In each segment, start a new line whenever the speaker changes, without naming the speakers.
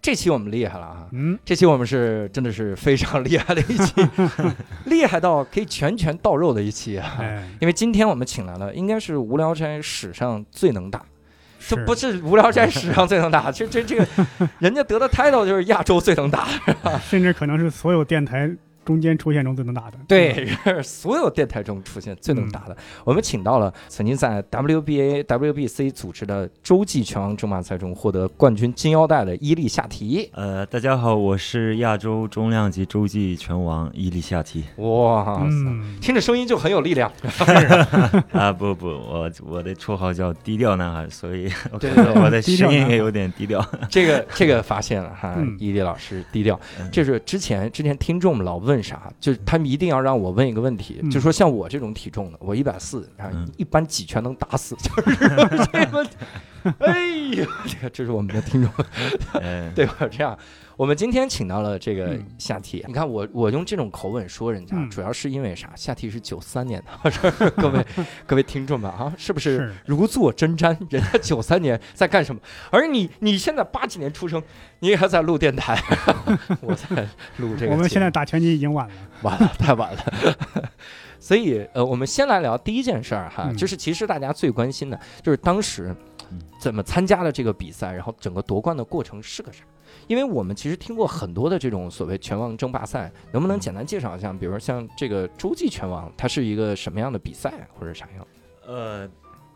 这期我们厉害了啊！
嗯，
这期我们是真的是非常厉害的一 期，厉害到可以拳拳到肉的一期啊！
哎，
因为今天我们请来了，应该是无聊斋史上最能打，这
是
不是无聊斋史上最能打，这这这个人家得的 title 就是亚洲最能打，
甚至可能是所有电台中间出现中最能打的。
对，是所有电台中出现最能
嗯
打的。我们请到了曾经在 WBA、WBC 组织的洲际拳王争霸赛中获得冠军金腰带的伊利夏提。
呃，大家好，我是亚洲重量级洲际拳王伊利 夏提。
哇塞，
嗯，
听着声音就很有力量。
啊，不不，我我的绰号叫低调男孩，所以我
对
可
对对
能我的
低调
声
男
音
孩
也有点 低调。
这个这个发现了哈
嗯，
伊利老师低调。这是之前之前听众们老问啥，就是他们一定要让我问一个问题，
嗯
就说像我这种体重的，我一百四啊
嗯，
一般几拳能打死，就是这个问 题。哎呀， 这个这是我们的听众，
嗯，
对吧？这样，我们今天请到了这个
嗯
夏提，你看我我用这种口吻说人家，
嗯
主要是因为啥？夏提是九三年的，是各 位各位听众们啊，是不是
是
如坐针毡？人家九三年在干什么？而你你现在八几年出生，你还在录电台， 我在录这个节目。
我们现在打拳击已经晚了。
完了，太晚了。所以，呃，我们先来聊第一件事儿哈，
嗯
就是其实大家最关心的，就是当时
嗯
怎么参加了这个比赛，然后整个夺冠的过程是个啥？因为我们其实听过很多的这种所谓拳王争霸赛，能不
嗯
能简单介绍一下？比如像这个洲际拳王，它是一个什么样的比赛啊或者啥样？
呃，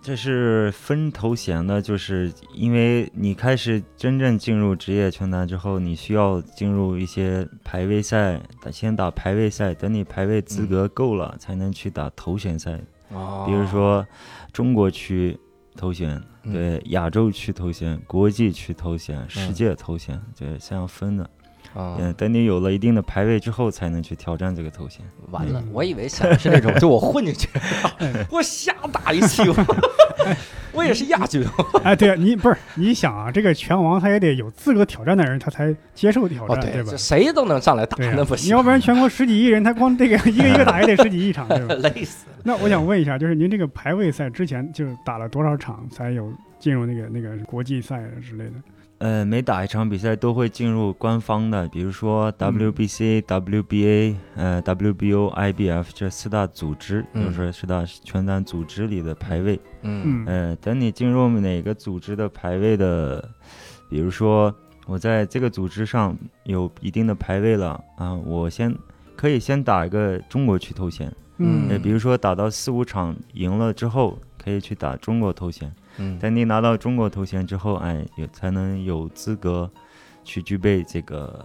这是分头衔的，就是因为你开始真正进入职业拳坛之后，你需要进入一些排位赛，打先打排位赛，等你排位资格够了，才能去打头选赛。
哦
比如，说中国区头衔，
嗯
对亚洲区头衔、国际区头衔、世界头衔，对，这样分的。
啊
嗯，等你有了一定的排位之后，才能去挑战这个头衔。
完了
嗯，
我以为想的是那种，就我混进 去， 我瞎打一气，我 我也是亚军，
哎，对你不是你想啊，这个拳王他也得有资格挑战的人，他才接受挑
哦
战，，
对，
吧
这？谁都能上来打
对，呀啊
那不
你
行，
要不然全国十几亿人，他光 这个一个一个打也得十几亿场，对吧？
累死了。
那我想问一下，就是您这个排位赛之前就打了多少场才有进入那个那个国际赛之类的？
呃，每打一场比赛都会进入官方的，比如说 WBC、WBA、呃 WBO、IBF 这四大组织，
嗯
就是四大拳坛组织里的排位。
嗯
嗯
呃，等你进入哪个组织的排位的，比如说我在这个组织上有一定的排位了啊，我先可以先打一个中国区头衔，呃，
嗯
比如说打到四五场赢了之后，可以去打中国头衔。
嗯，
等你拿到中国头衔之后，哎，有才能有资格去具备这个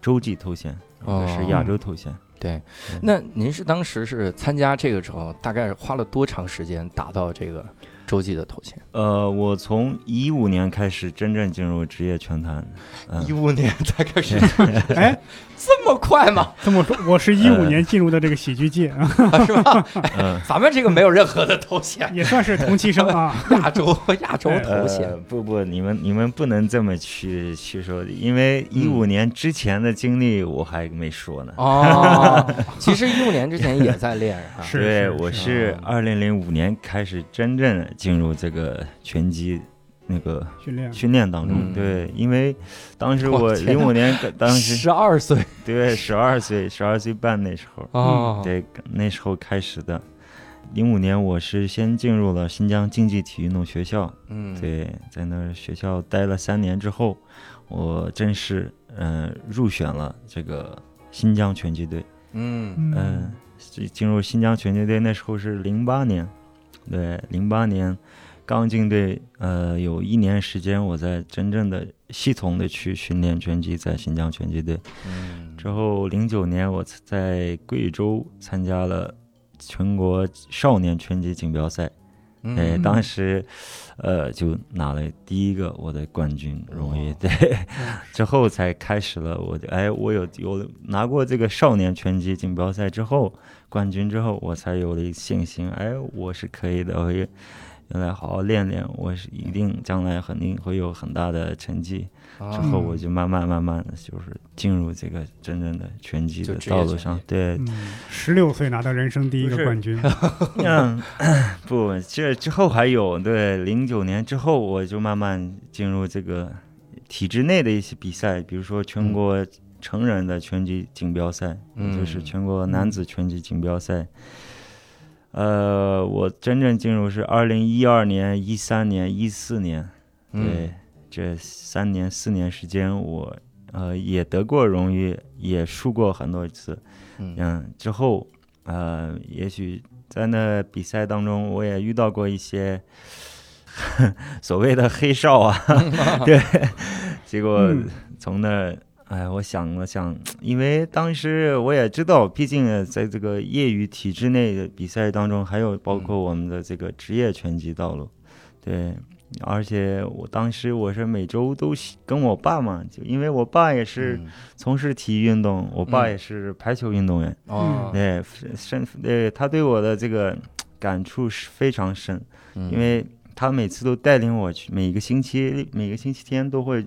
洲际头衔，或者是亚洲头衔。
对
嗯。
那您是当时是参加这个时候，大概花了多长时间打到这个洲际的头衔？
呃，我从一五年开始真正进入职业拳坛，嗯、
五年才开始，
哎，
这么快吗？
这么说，我是一五年进入的这个喜剧界啊，
是吧？
嗯
咱们这个没有任何的头衔，
也算是同期生啊。
亚洲亚洲头
呃
衔。
不不，你们你们不能这么去去说，因为一五年之前的经历我还没说呢。
嗯哦，其实一五年之前也在练啊。
是
对，我
是啊
是二零零五年开始真正进入这个拳击那个
训练，
训练当中。
嗯
对，因为当时
我
我
天
零五年 当时
十二岁
对十二岁十二岁半那时候，
哦，
嗯对那时候开始的。零五年我是先进入了新疆竞技体育运动学校，
嗯，
对，在那儿学校待了三年之后，我正式嗯、呃入选了这个新疆拳击队，
嗯
嗯
嗯、进进入新疆拳击队那时候是零八年，对，零八年刚进队，呃，有一年时间我在真正的系统的去训练拳击，在新疆拳击队
嗯
之后，零九年我在贵州参加了全国少年拳击锦标赛。哎，
嗯，
当时，呃，就拿了第一个我的冠军荣誉，
哇
对， 之后才开始了我的，哎，我有有拿过这个少年拳击锦标赛之后冠军之后，我才有了信心，哎，我是可以的，我也原来好好练练，我是一定将来肯定会有很大的成绩。之
啊
后我就慢慢慢慢的就是进入这个真正的拳击
就
的
职业嗯
道路
拳
上
击。
对，
嗯十六岁拿到人生第一个
不是
冠 军，
嗯， 不，这之后还有，对，零九年之后我就慢慢进入这个体制内的一些比赛，比如说全国成人的拳击锦标赛，
嗯
就是全国男子拳击锦标赛。呃，我真正进入是二零一二年、一三年、一四年，对，
嗯
这三年四年时间我。呃，也得过荣誉，也输过很多次，
嗯
嗯，之后呃，也许在那比赛当中，我也遇到过一些 所谓的黑 哨啊，对，结果
嗯
从那。哎，我想了想，因为当时我也知道，毕竟在这个业余体制内的比赛当中，还有包括我们的这个职业拳击道路，对，而且我当时我是每周都跟我爸嘛，就因为我爸也是
嗯
从事体育运动，我爸
嗯
也是排球运动员，
哦，
对，深，对他对我的这个感触是非常深，
嗯
因为他每次都带领我去，每个星期每个星期天都会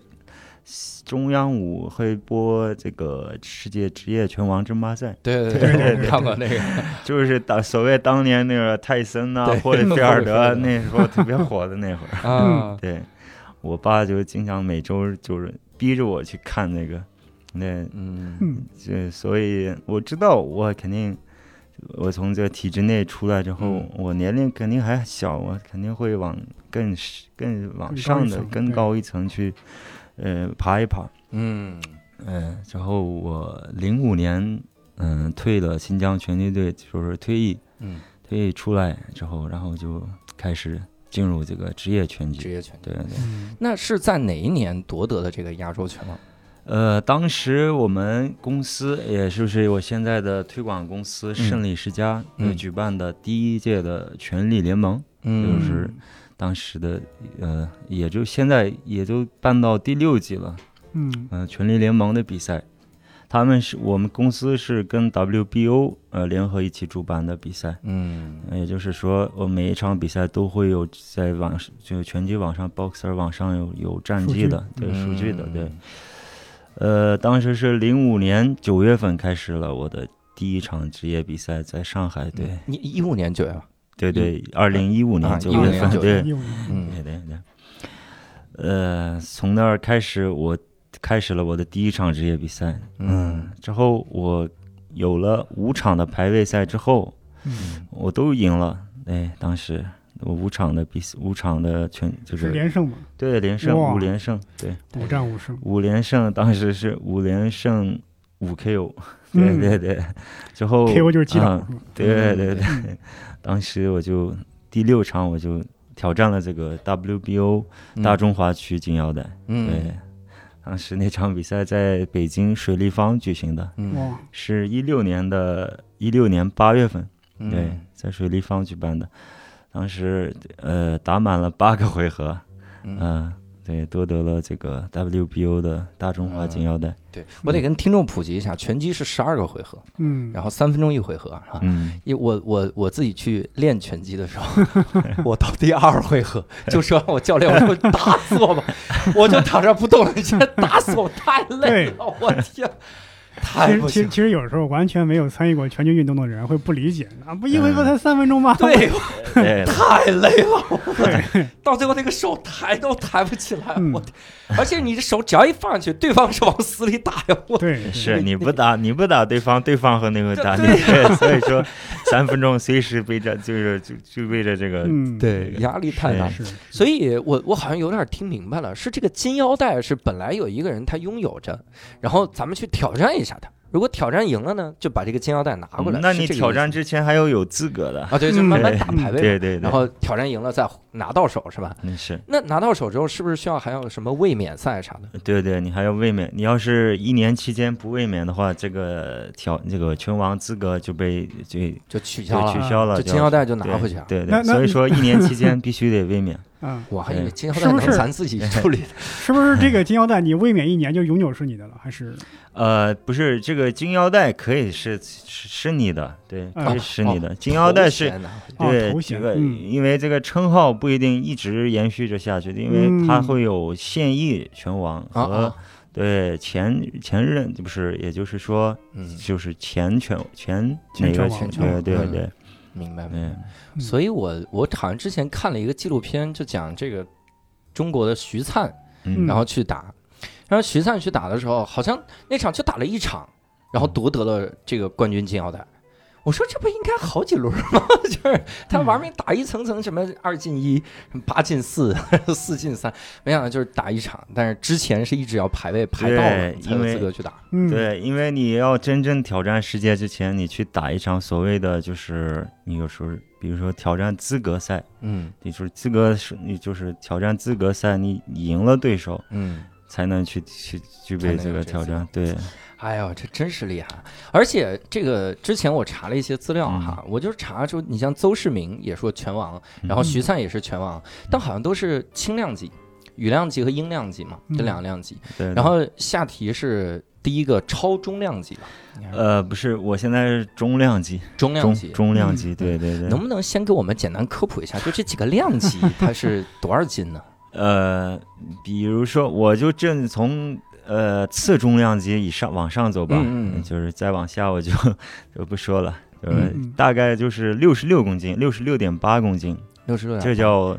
中央五会播这个世界职业拳王争霸赛，
对对
对对
我
对
看过那个，
就是当所谓当年那个泰森呐、
对
霍利菲尔
霍
德
利菲
那时候特别火的那会儿，
啊，
对我爸就经常每周就是逼着我去看那个，那
嗯
嗯，
这所以我知道我肯定，我从这个体制内出来之后，
嗯
我年龄肯定还小，我肯定会往更是更往
更高
上
一
的
层
更
对
高一层去，呃，爬一爬。
嗯
嗯、然后我零五年嗯、退了新疆拳击队，就是退役，
嗯，
退役出来之后，然后就开始进入这个职业拳
职
击。
业拳击。
对对。
嗯
那是在哪一年夺得的这个亚洲拳王？
呃，当时我们公司，也就是我现在的推广公司胜利世家，
嗯
呃举办的第一届的权力联盟，
嗯
就是当时的呃，也就现在也就办到第六季了，
嗯
嗯、呃，权力联盟的比赛，他们是我们公司是跟 WBO 呃联合一起主办的比赛，
嗯
也就是说，我每一场比赛都会有在网上，就拳击网上、boxer 网上有有战绩的，对数据嗯的，对。
嗯
呃，当时是零五年九月份开始了我的第一场职业比赛，在上海，对、
你一五年九月啊吧？
对对，二零嗯一五
啊
年九
15
月
年
份，
9
对
一五年
嗯
对对对。呃，从那儿开始，我开始了我的第一场职业比赛。嗯，之后我有了五场的排位赛之后，
嗯
我都赢了。哎，当时我五场的比五场的全就是是
连胜嘛，
对连胜
哇
五连胜，对
五战五胜，
五连胜，当时是五连胜五 KO，对对对，之后
KO 嗯就是击倒
嗯
是吧？
对对对，
嗯
当时我就第六场我就挑战了这个 WBO
嗯
大中华区金腰带，对
嗯，
当时那场比赛在北京水立方举行的，
嗯
哇，
是一六年的一六年八月份。
嗯
对，在水立方举办的，当时呃打满了八个回合，
嗯
嗯、对，夺得了这个 WBO 的大中华锦标赛，
对我得跟听众普及一下，拳击是十二个回合，
嗯，
然后三分钟一回合啊。
嗯，
因为我我我自己去练拳击的时候， 我到第二回合就说让我教练，我说打死我 吧，我就躺这儿不动了，你先打死我，太累了，我天，
其
太
实
不
其实
行
其，实有时候完全没有参与过拳击运动的人会不理解啊，不一回
嗯
合才三分钟吗？
对，
对，
太累了，
对，
到最后那个手抬都抬不起来，
嗯
我天，而且你这手只要一放下去，对方是往死里打呀，我
对，
是你不打你不打对方，对方和那个打你，
对
对，所以说三分钟随时背着就是就就为着这个，
嗯，
对压力太大
是，
是，
所以我我好像有点听明白了，是这个金腰带是本来有一个人他拥有着，然后咱们去挑战一下他，如果挑战赢了呢，就把这个金腰带拿过来。
嗯那
是
你
这个
挑战
意思
之前还要有资格的，
啊，对，就慢慢打排位嘛，
对对，
然后挑战赢了再拿到手是吧？
那是。
那拿到手之后是不是需要还有什么卫冕赛啥的？
对对，你还要卫冕。你要是一年期间不卫冕的话，这个挑这个拳王资格就被就
就取消
就
了，
取消了，
就
就
金腰带就拿
对
回去啊。
对
那
对，
那
所以说一年期间必须得卫冕。
嗯，
我还以为
对
金腰
是
带
不
能
是
咱自己处理的。
是不是这个金腰带你未免一年就永久是你的了？还是
呃，不是这个金腰带可以是是是你的，对，
嗯
可以是你的。金腰带是
哦头衔呢
哦
对
头
这
衔
个，
嗯
因为这个称号不一定一直延续着下去，因为它
嗯
会有现役拳王
啊
和
啊，
对前前任，不是，也就是说
嗯，
就是前拳前
前
哪个
拳
拳？
王
对对
嗯
对，
明白。
嗯
嗯
所以我我好像之前看了一个纪录片，就讲这个中国的徐灿，
嗯，
然后去打，然后徐灿去打的时候，好像那场就打了一场，然后夺得了这个冠军金腰带。我说这不应该好几轮吗？ 就是他玩命打一层层什么二进一、什么八进四、 四进三，没想到就是打一场，但是之前是一直要排位排到了
对
才有
因为
资格去打。
嗯，
对，因为你要真正挑战世界之前，你去打一场所谓的就是你有时候，比如说挑战资格赛，
嗯
你就是资格是，你就是挑战资格赛，你赢了对手，
嗯，
才能去去具
才
备
能
这
有
个
这
挑
次
战。对，
哎呦，这真是厉害！啊而且这个之前我查了一些资料哈，我就查出你像邹市明也说拳王，然后
嗯
徐灿也是拳王，但好像都是轻量级、羽量级和音量级嘛，这
嗯
两个量级。
对。
然后下题是第一个超中量级吧，
呃，不是，我现在是中量级，
中量
中
级。
中量
嗯
级，对对对。
能不能先给我们简单科普一下，就这几个量级它是多少斤呢？
呃，比如说，我就正从呃次中量级以上往上走吧，
嗯嗯嗯
就是再往下我就 就不说了。呃
嗯，嗯
大概就是六十六公斤，六十六点八公斤，
六十六
这
点，
叫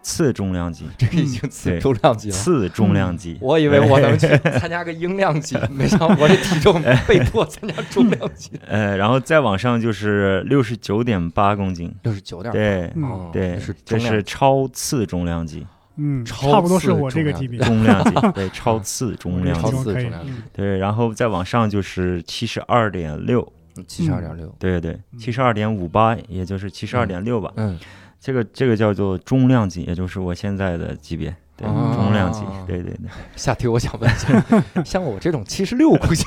次中量级，
这已经次
对
中量级了。
次中量级。
我以为我能去参加个音量级，没想到我这体重被迫参加重量级。
呃，然后再往上就是六十九点八公斤，
六十九点儿
对
嗯
哦
对
这是，
这
中量
是超次中量 级。
嗯，
超
差不多是
次
我这
重
个
量
级别，
中量级， 对，超次
我
中
这
量
超
体
级，
重
次
可以
重量级，
对，然后再往上就是七十二点六，
七十二点六，
对对，七十二点五八，也就是七十二点六吧，
嗯，
这个这个叫做中量级，也就是我现在的级别，对，
哦
中量级，对对对，
下题我想问一下，像我这种七十六公斤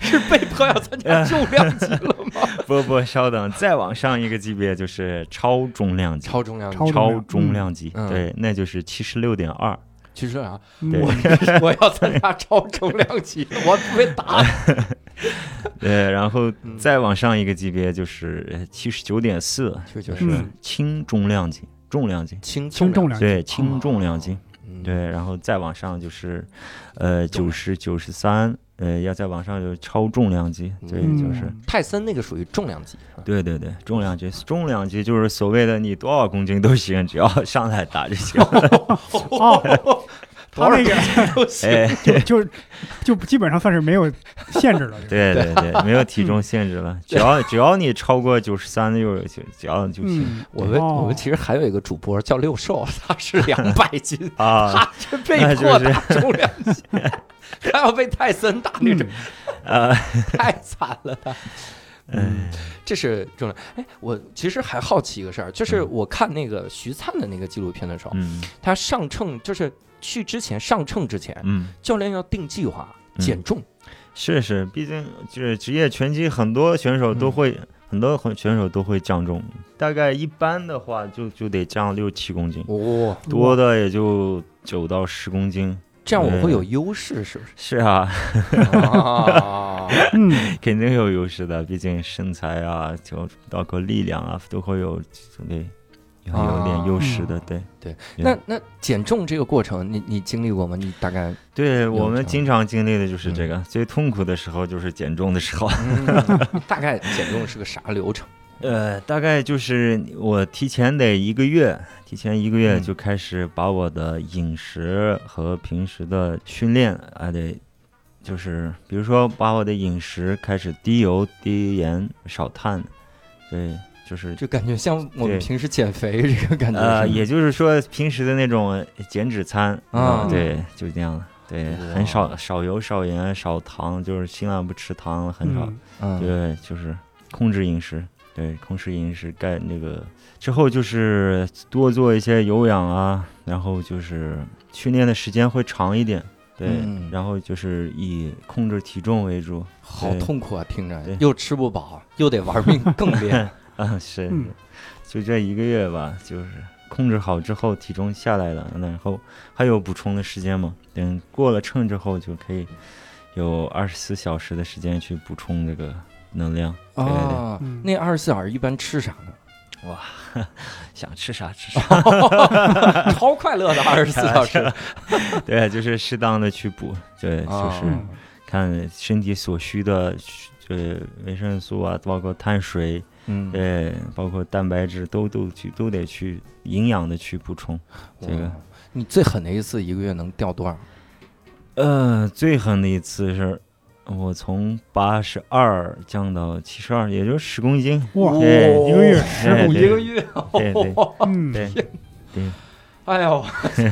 是被迫要参加重量级了吗？
不不，稍等，再往上一个级别就是超中量级，
超重量级，
超
超中量级，
嗯
对，那就是七十六点二，
其实啊，
嗯
对
我
我要参加超重量级，我被打死。
对，然后
嗯
再往上一个级别就是呃七十九点四，
79.4
就是轻中量级，嗯重量级，
轻
轻重
重量，
量级，
对，轻重量级。
嗯，
对，然后再往上就是，呃，
重
九
量
十九十三，呃，要再往上就是超重量级，对，
嗯
就是，
泰森那个属于重量级，
对对对，重量级，重量级就是所谓的你多少公斤都 行，只要上来打就行。
哦，他那个
哎，
就 就就基本上算是没有限制了，这个
对 对对，没有体重限制了，只要只要你超过九十三就就只要就行
嗯，
我们
哦
我们其实还有一个主播叫六兽，他是两百斤，
啊
他是被迫打重量级，他要被泰森打那种，
呃，
太惨了他。
哎
嗯，这是重量。哎，我其实还好奇一个事儿，就是我看那个徐灿的那个纪录片的时候，
嗯
他上秤就是去之前上秤之前，
嗯。
教练要定计划
嗯
减重，
是是，毕竟就是职业拳击，很多选手都
嗯
会，很多选手都会降重，大概一般的话就就得降六七公斤，
哦，
多的也就九到十公斤。
这样我会
对
有优势，是不是？
是啊，
啊，
嗯，
肯定有优势的，毕竟身材啊，就包括力量啊，都会有对，有有
啊
点优势的。
嗯
对
对，
对
那那减重这个过程，你你经历过吗？你大概
对
嗯有
我
这
们
样
经常经历的就是这
嗯
个，最痛苦的时候就是减重的时候。
大概减重是个啥流程？
呃，大概就是我提前得一个月，提前一个月
嗯
就开始把我的饮食和平时的训练啊，得就是比如说把我的饮食开始低油、低盐、少碳，对，就是
就感觉像我们
对
平时减肥这个感觉
呃，
是吗
也就是说平时的那种减脂餐
啊
对，就这样了。对，
哇
很少少油、少盐、少糖，就是尽量不吃糖，很少。
嗯
嗯
对，就是控制饮食，对，控制饮食，盖那个之后就是多做一些有氧啊，然后就是训练的时间会长一点，对，
嗯
然后就是以控制体重为主，
好痛苦啊！听着
对
又吃不饱，又得玩命更练，
啊，是，
嗯
就这一个月吧，就是控制好之后，体重下来了，然后还有补充的时间嘛？等过了秤之后，就可以有二十四小时的时间去补充这个能量。对对对，
啊
嗯，
那二十四小时一般吃啥呢？
想吃啥吃啥。
超快乐的二十四小时
对，啊就是适当的去补，对，就
啊
是
嗯
看身体所需的，呃，维生素啊，包括碳水，
嗯，
对，包括蛋白质都都去都得去营养的去补充。这个
哇你最狠的一次一个月能掉多少？
呃，最狠的一次是我从八十二降到七十二，也就十 公斤。
哇，
对
一个月十
对
公
哎对
哎
斤，
一个月，
对对
哦
嗯，
对，
哎呦！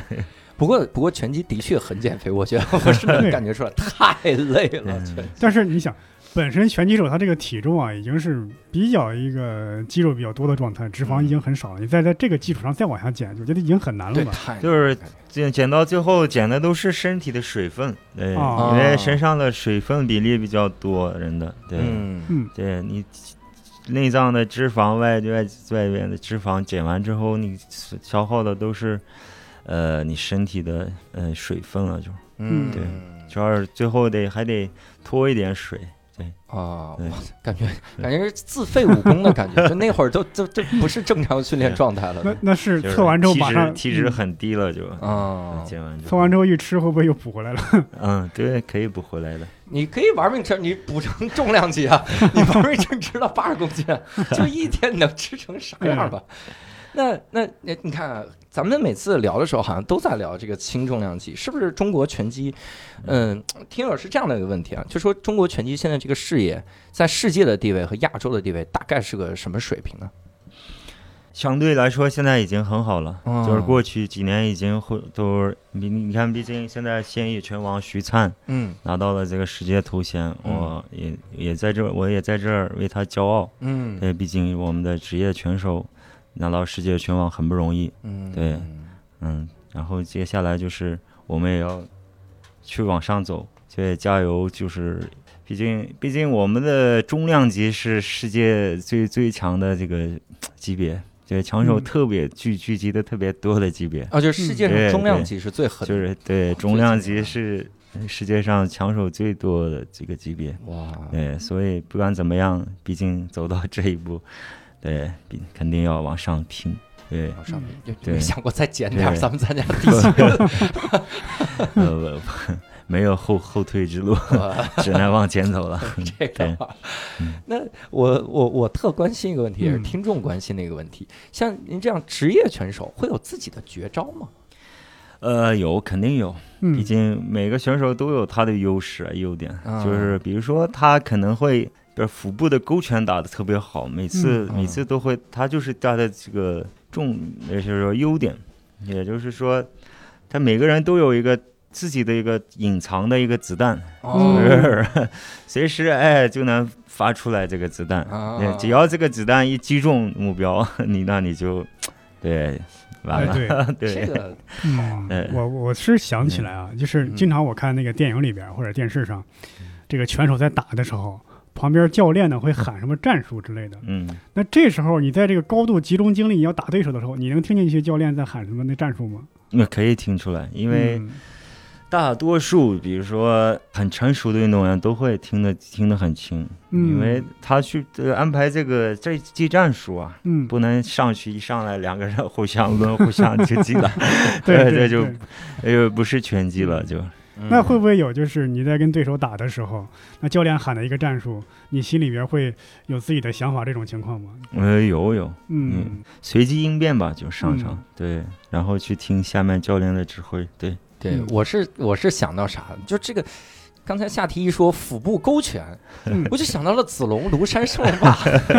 不过不过拳击的确很减肥，我觉得我是能感觉出来，太累了。
嗯
拳
但是你想，本身拳击手他这个体重啊，已经是比较一个肌肉比较多的状态，脂肪已经很少了。你再在这个基础上再往下减，我觉得已经很难
对
了吧？
太
就是减减到最后减的都是身体的水分，对，
哦
因为身上的水分比例比较多人的，对，
嗯
嗯，
对你内脏的脂肪外外外边的脂肪减完之后，你消耗的都是呃你身体的呃水分了，就
嗯，
对主要是最后得还得呃脱一点水，
啊，
对
哇塞感觉感觉是自废武功的感觉，就那会儿都都都不是正常训练状态了
那那是
就是
测完之后
体
马
脂
上
体脂
嗯
很低了就，
啊。
减完之后，
测完之后一吃，会不会又补回来了？
嗯，对，可以补回来的。
你可以玩命吃，你补成重量级 啊！你玩命吃吃到八十公斤，啊 就一天你能吃成啥样吧？那那那你看、啊，咱们每次聊的时候，好像都在聊这个轻重量级，是不是中国拳击？嗯，听友是这样的一个问题啊，就说中国拳击现在这个事业在世界的地位和亚洲的地位大概是个什么水平呢？
相对来说，现在已经很好了，
嗯
就是过去几年已经会都是你你看，毕竟现在现役拳王徐灿
嗯
拿到了这个世界头衔，
嗯
我也也在这儿，我也在这儿为他骄傲。
嗯
对，毕竟我们的职业拳手拿到世界拳王很不容易，
嗯
对嗯，然后接下来就是我们也要去往上走，对，加油！就是毕竟毕竟我们的重量级是世界最最强的这个级别，对，强手
嗯
特别聚聚集的特别多的级别，
啊，就是世界
嗯
上
对
重量
对
级是最狠的，
就是
最
对重量
强
级是世界上强手最多的这个级别，
哇，
对，所以不管怎么样，毕竟走到这一步， 对，比肯定要往上拼，对。
往上面就
对
没想过再减点儿，
对
咱们参加第
呃，不 没有后后退之路，
个。
只能往前走了。
这个
对
话
嗯。
那我我我特关心一个问题，也是
嗯
听众关心的一个问题。像您这样职业拳手，会有自己的绝招吗？
呃，有肯定有，毕
嗯，
竟每个选手都有他的优势啊优点，
啊
就是比如说他可能会，比如腹部的勾拳打得特别好，每次、
啊
嗯
每次都会，他就是他的这个重，也就是说优点，也就是说，他每个人都有一个。自己的一个隐藏的一个子弹，
嗯
哦
是 随时哎就能发出来这个子弹，
啊
对，只要这个子弹一击中目标， 你那你就对完
哎
了，
对，
这
对，
个
哎
嗯，我我是想起来
嗯
啊，就是经常我看那个电影里边或者电视上，这个拳手在打的时候，旁边教练呢会喊什么战术之类的。
嗯，
那这时候你在这个高度集中精力，你要打对手的时候，你能听进去教练在喊什么那战术吗？
那可以听出来，因为
嗯
大多数比如说很成熟的运动员都会听得听得很清，
嗯
因为他去呃安排这个这技战术啊。
嗯，
不能上去一上来两个人互相抡、互相就 击了，
对
这
对
就嗯
对
哎呦不是拳击
嗯
了，就
那会不会有就是你在跟对手打的时候，那教练喊的一个战术，你心里边会有自己的想法这种情况吗？
呃有有
嗯，
随机应变吧，就上
嗯
场、对，然后去听下面教练的指挥，对，
对
嗯，
我是我是想到啥？就这个，刚才下题一说腹部勾拳
嗯，
我就想到了子龙庐山圣 龙霸，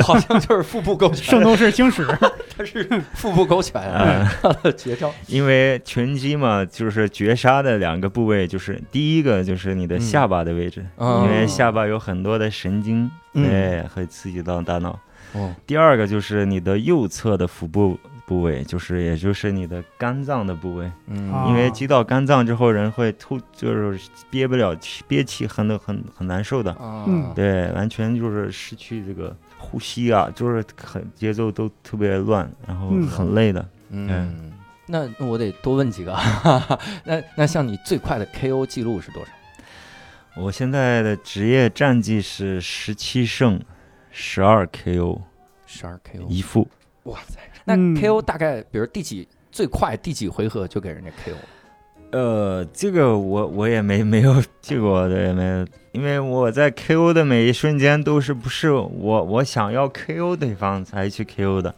好像就是腹部勾拳
圣，斗士星矢，
他是腹部勾拳
嗯
啊
他的绝招。
因为拳击嘛，就是绝杀的两个部位，就是第一个就是你的下巴的位置，
嗯
因为下巴有很多的神经，
嗯
哎，会刺激到大脑。
哦，
第二个就是你的右侧的腹部部位，就是也就是你的肝脏的部位，
嗯
啊
因为击到肝脏之后，人会吐，就是憋不了气，憋气很很很难受的，
啊
嗯，
对，完全就是失去这个呼吸啊，就是很节奏都特别乱，然后
嗯
很累的。嗯
嗯，
那我得多问几个。 那那像你最快的 KO 记录是多少？
我现在的职业战绩是十七胜，十二 KO，
十二 KO，
一负。
哇塞！那
嗯
KO 大概比如第几最快第几回合就给人家 KO？
呃，这个我我也没没有记过，对，没有，因为我在 KO 的每一瞬间都是不是我我想要 KO 对方才去 KO 的，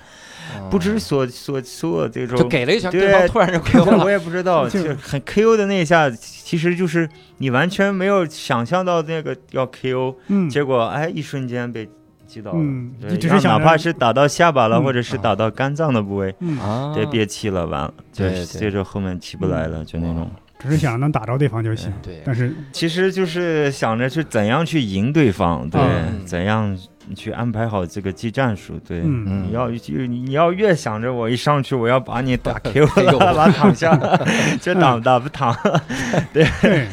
不知所所措这种
就。给了一拳，
对
对方突然就 KO
我
了。
我也不知道，
就
就很 KO 的那一下，其实就是你完全没有想象到那个要 KO，
嗯，
结果哎，一瞬间被击倒了。
嗯
对
你只是
让
想
哪
着
怕是打到下巴了，
嗯
或者是
啊
打到肝脏的部位，
嗯，
啊
这憋气了，完了，就
对
是
对
接着后面起不来了，就那种。
只是想着能打着对方就行。
对，
但是
其实就是想着去怎样去赢对方，对，
嗯
怎样去安排好这个技战术，对。
嗯，
嗯
你要就你要越想着我一上去我要把你打
KO
KO 了，把 躺下，就打打不躺，
对，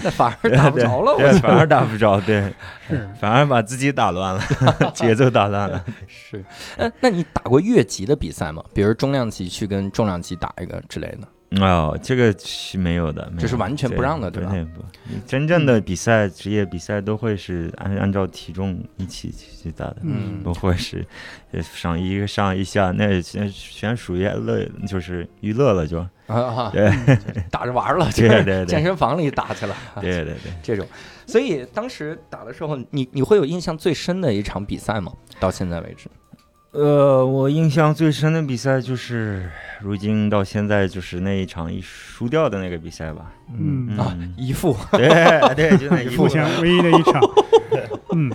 那反而打不着了，我
对，
觉
反而打不着，对，
是
反而把自己打乱了， 节奏打 乱了。
得是。那那你打过越级的比赛吗？比如重量级去跟重量级打一个之类的？
哦，这个是没有的，没有
这是完全不让的
对
对吧
完全不真正的比赛，职业比赛都会是按按照体重一起去去打的，
嗯
不会是呃上一个上一下，那全全属于乐，就是娱乐了 就。
啊，
对
打着玩儿了，
对
就是
对对
健身房里打去了，
对对对，
这种。所以当时打的时候，你你会有印象最深的一场比赛吗？到现在为止，
呃，我印象最深的比赛就是如今到现在就是那一场一输掉的那个比赛吧。
嗯
啊
嗯，
一副
对对，就那一
目前唯一的一 场，嗯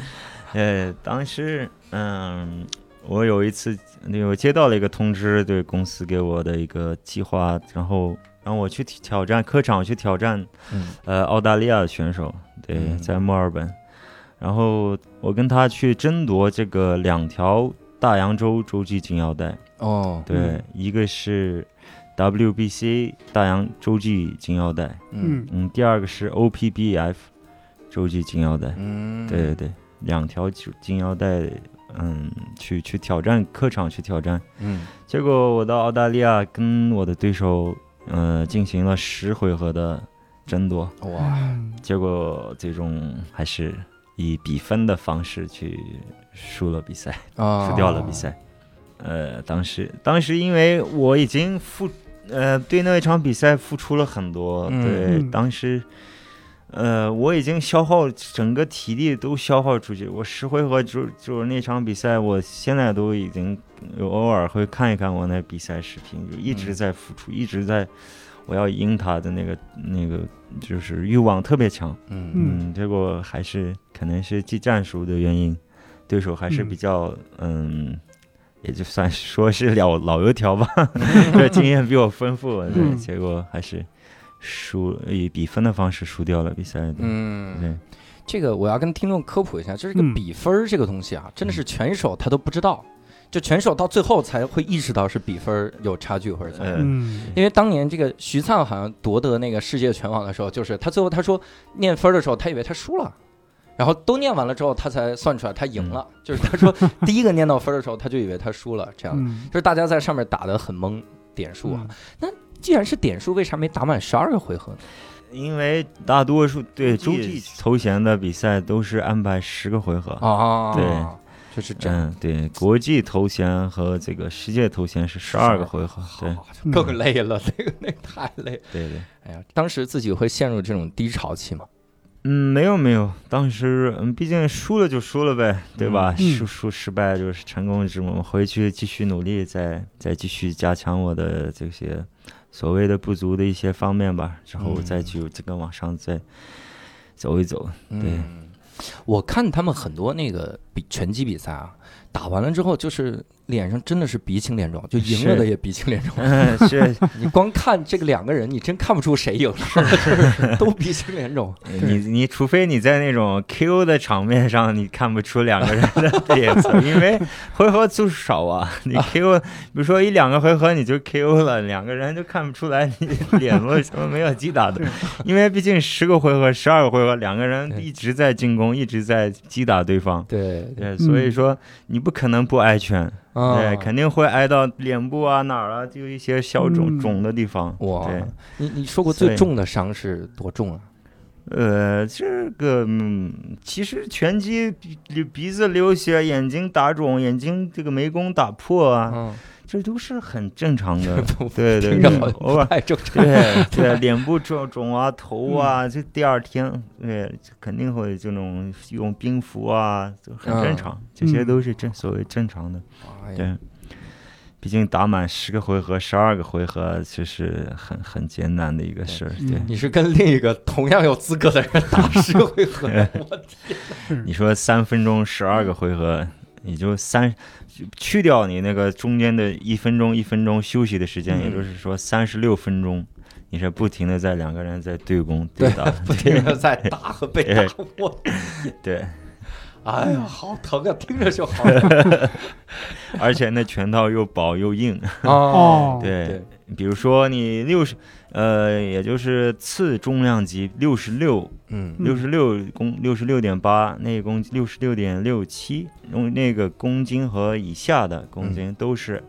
呃，当时，嗯，我有一次，那个我接到了一个通知，对公司给我的一个计划，然后让我去挑战客场，去挑战
嗯
呃澳大利亚的选手，对，
嗯
在墨尔本，然后我跟他去争夺这个两条大洋洲洲际锦标带，
哦，
对，
嗯
一个是 WBC 大洋洲际锦标带，
嗯
嗯，第二个是 OPBF 洲际锦标带，
嗯，
对对，对，两条金金腰带，嗯，去去挑战客场去挑战，
嗯
结果我到澳大利亚跟我的对手，呃，进行了十回合的争夺，
哇，
结果最终还是以比分的方式去输了比赛，
啊，
输掉了比赛。呃，当时当时因为我已经付，呃，对那一场比赛付出了很多，
嗯
对，
嗯
当时。呃，我已经消耗整个体力都消耗出去，我十回合就就是那场比赛，我现在都已经有偶尔会看一看我那比赛视频，就一直
嗯
在付出，一直在我要赢他的那个那个就是欲望特别强，
嗯
嗯
嗯，结果还是可能是技战术的原因，对手还是比
嗯
较嗯也就算是说是老老油条吧，这经验比我丰富，对，
嗯
结果还是输以比分的方式输掉了比赛的，
嗯，
对，
这个我要跟听众科普一下，这是个
嗯
比分儿这个东西啊，真的是拳手他都不知道，就拳手到最后才会意识到是比分儿有差距或者怎么样。
呃
嗯
因为当年这个徐灿好像夺得那个世界拳王的时候，就是他最后他说念分儿的时候，他以为他输了，然后都念完了之后，他才算出来他赢
嗯
了。就是他说 第一个念到分儿的时候，他就以为他输了，这样的
嗯，
就是大家在上面打得很懵，点数啊。既然是点数，为啥没打满十二个回合呢？
因为大多数对
洲
洲
际
际头衔的比赛都是安排十个回合，
啊，
对，
就是这样。
嗯，对，国际头衔和这个世界头衔是十二个回合，对
好，
嗯
就更累了，那个那个太累。
对对。
哎呀，当时自己会陷入这种低潮期吗？
嗯，没有没有，当时嗯，毕竟输了就输了呗，对吧？
嗯
输输失败就是成功之母，回去继续努力，再再继续加强我的这些所谓的不足的一些方面吧，之后
嗯
再去这个往上再走 一走。
嗯，我看他们很多那个比拳击比赛啊，打完了之后就是脸上真的是鼻青脸肿，就赢了
是
的也鼻青脸肿。
嗯，是
你光看这个两个人，你真看不出谁赢了，都鼻青脸肿。
你你除非你在那种 KO 的场面上，你看不出两个人的脸色，因为回合数少啊。你 KO，比如说一两个回合你就 KO 了，两个人就看不出来你脸为什么没有击打的，因为毕竟十个回合、十二个回合，两个人一直在进攻，一直在击打对方。
对，
对，所以说你不可能不挨拳，
啊，
对，肯定会挨到脸部啊哪儿啊，就一些小肿
嗯
肿的地方。
哇
对，
你你说过
所
最
以
重的伤是多重啊？
呃，这个、嗯、其实拳击鼻鼻子流血、眼睛打肿、眼睛这个眉弓打破啊，
嗯，这。
这都是很正常的
不
对对
听着
对
好，
偶尔
太正常。
对 对，脸部肿肿啊，头
嗯
啊，这第二天对肯定会这种用冰敷啊，就很正常，这些都是正所谓正常的。
嗯哎呀
对，毕竟打满十个回合、十二个回合，其实很很艰难的一个事儿。对，
你是跟另一个同样有资格的人打十回合，我
是
你说三分钟十二
嗯
个回合，也就三，去掉你那个中间的一分钟、一分钟休息的时
嗯
间，也就是说三十六分钟，你是不停的在两个人在对攻对打，
不停的在打和被打，我
对，
哎呀，好疼啊，听着就好疼
而且那拳套又薄又硬，
哦，
对
对，
比如说你六十，呃，也就是次重量级六十六
嗯
嗯
六十六公六十六点八那个公六十六点六七，用那个公斤和以下的公斤都是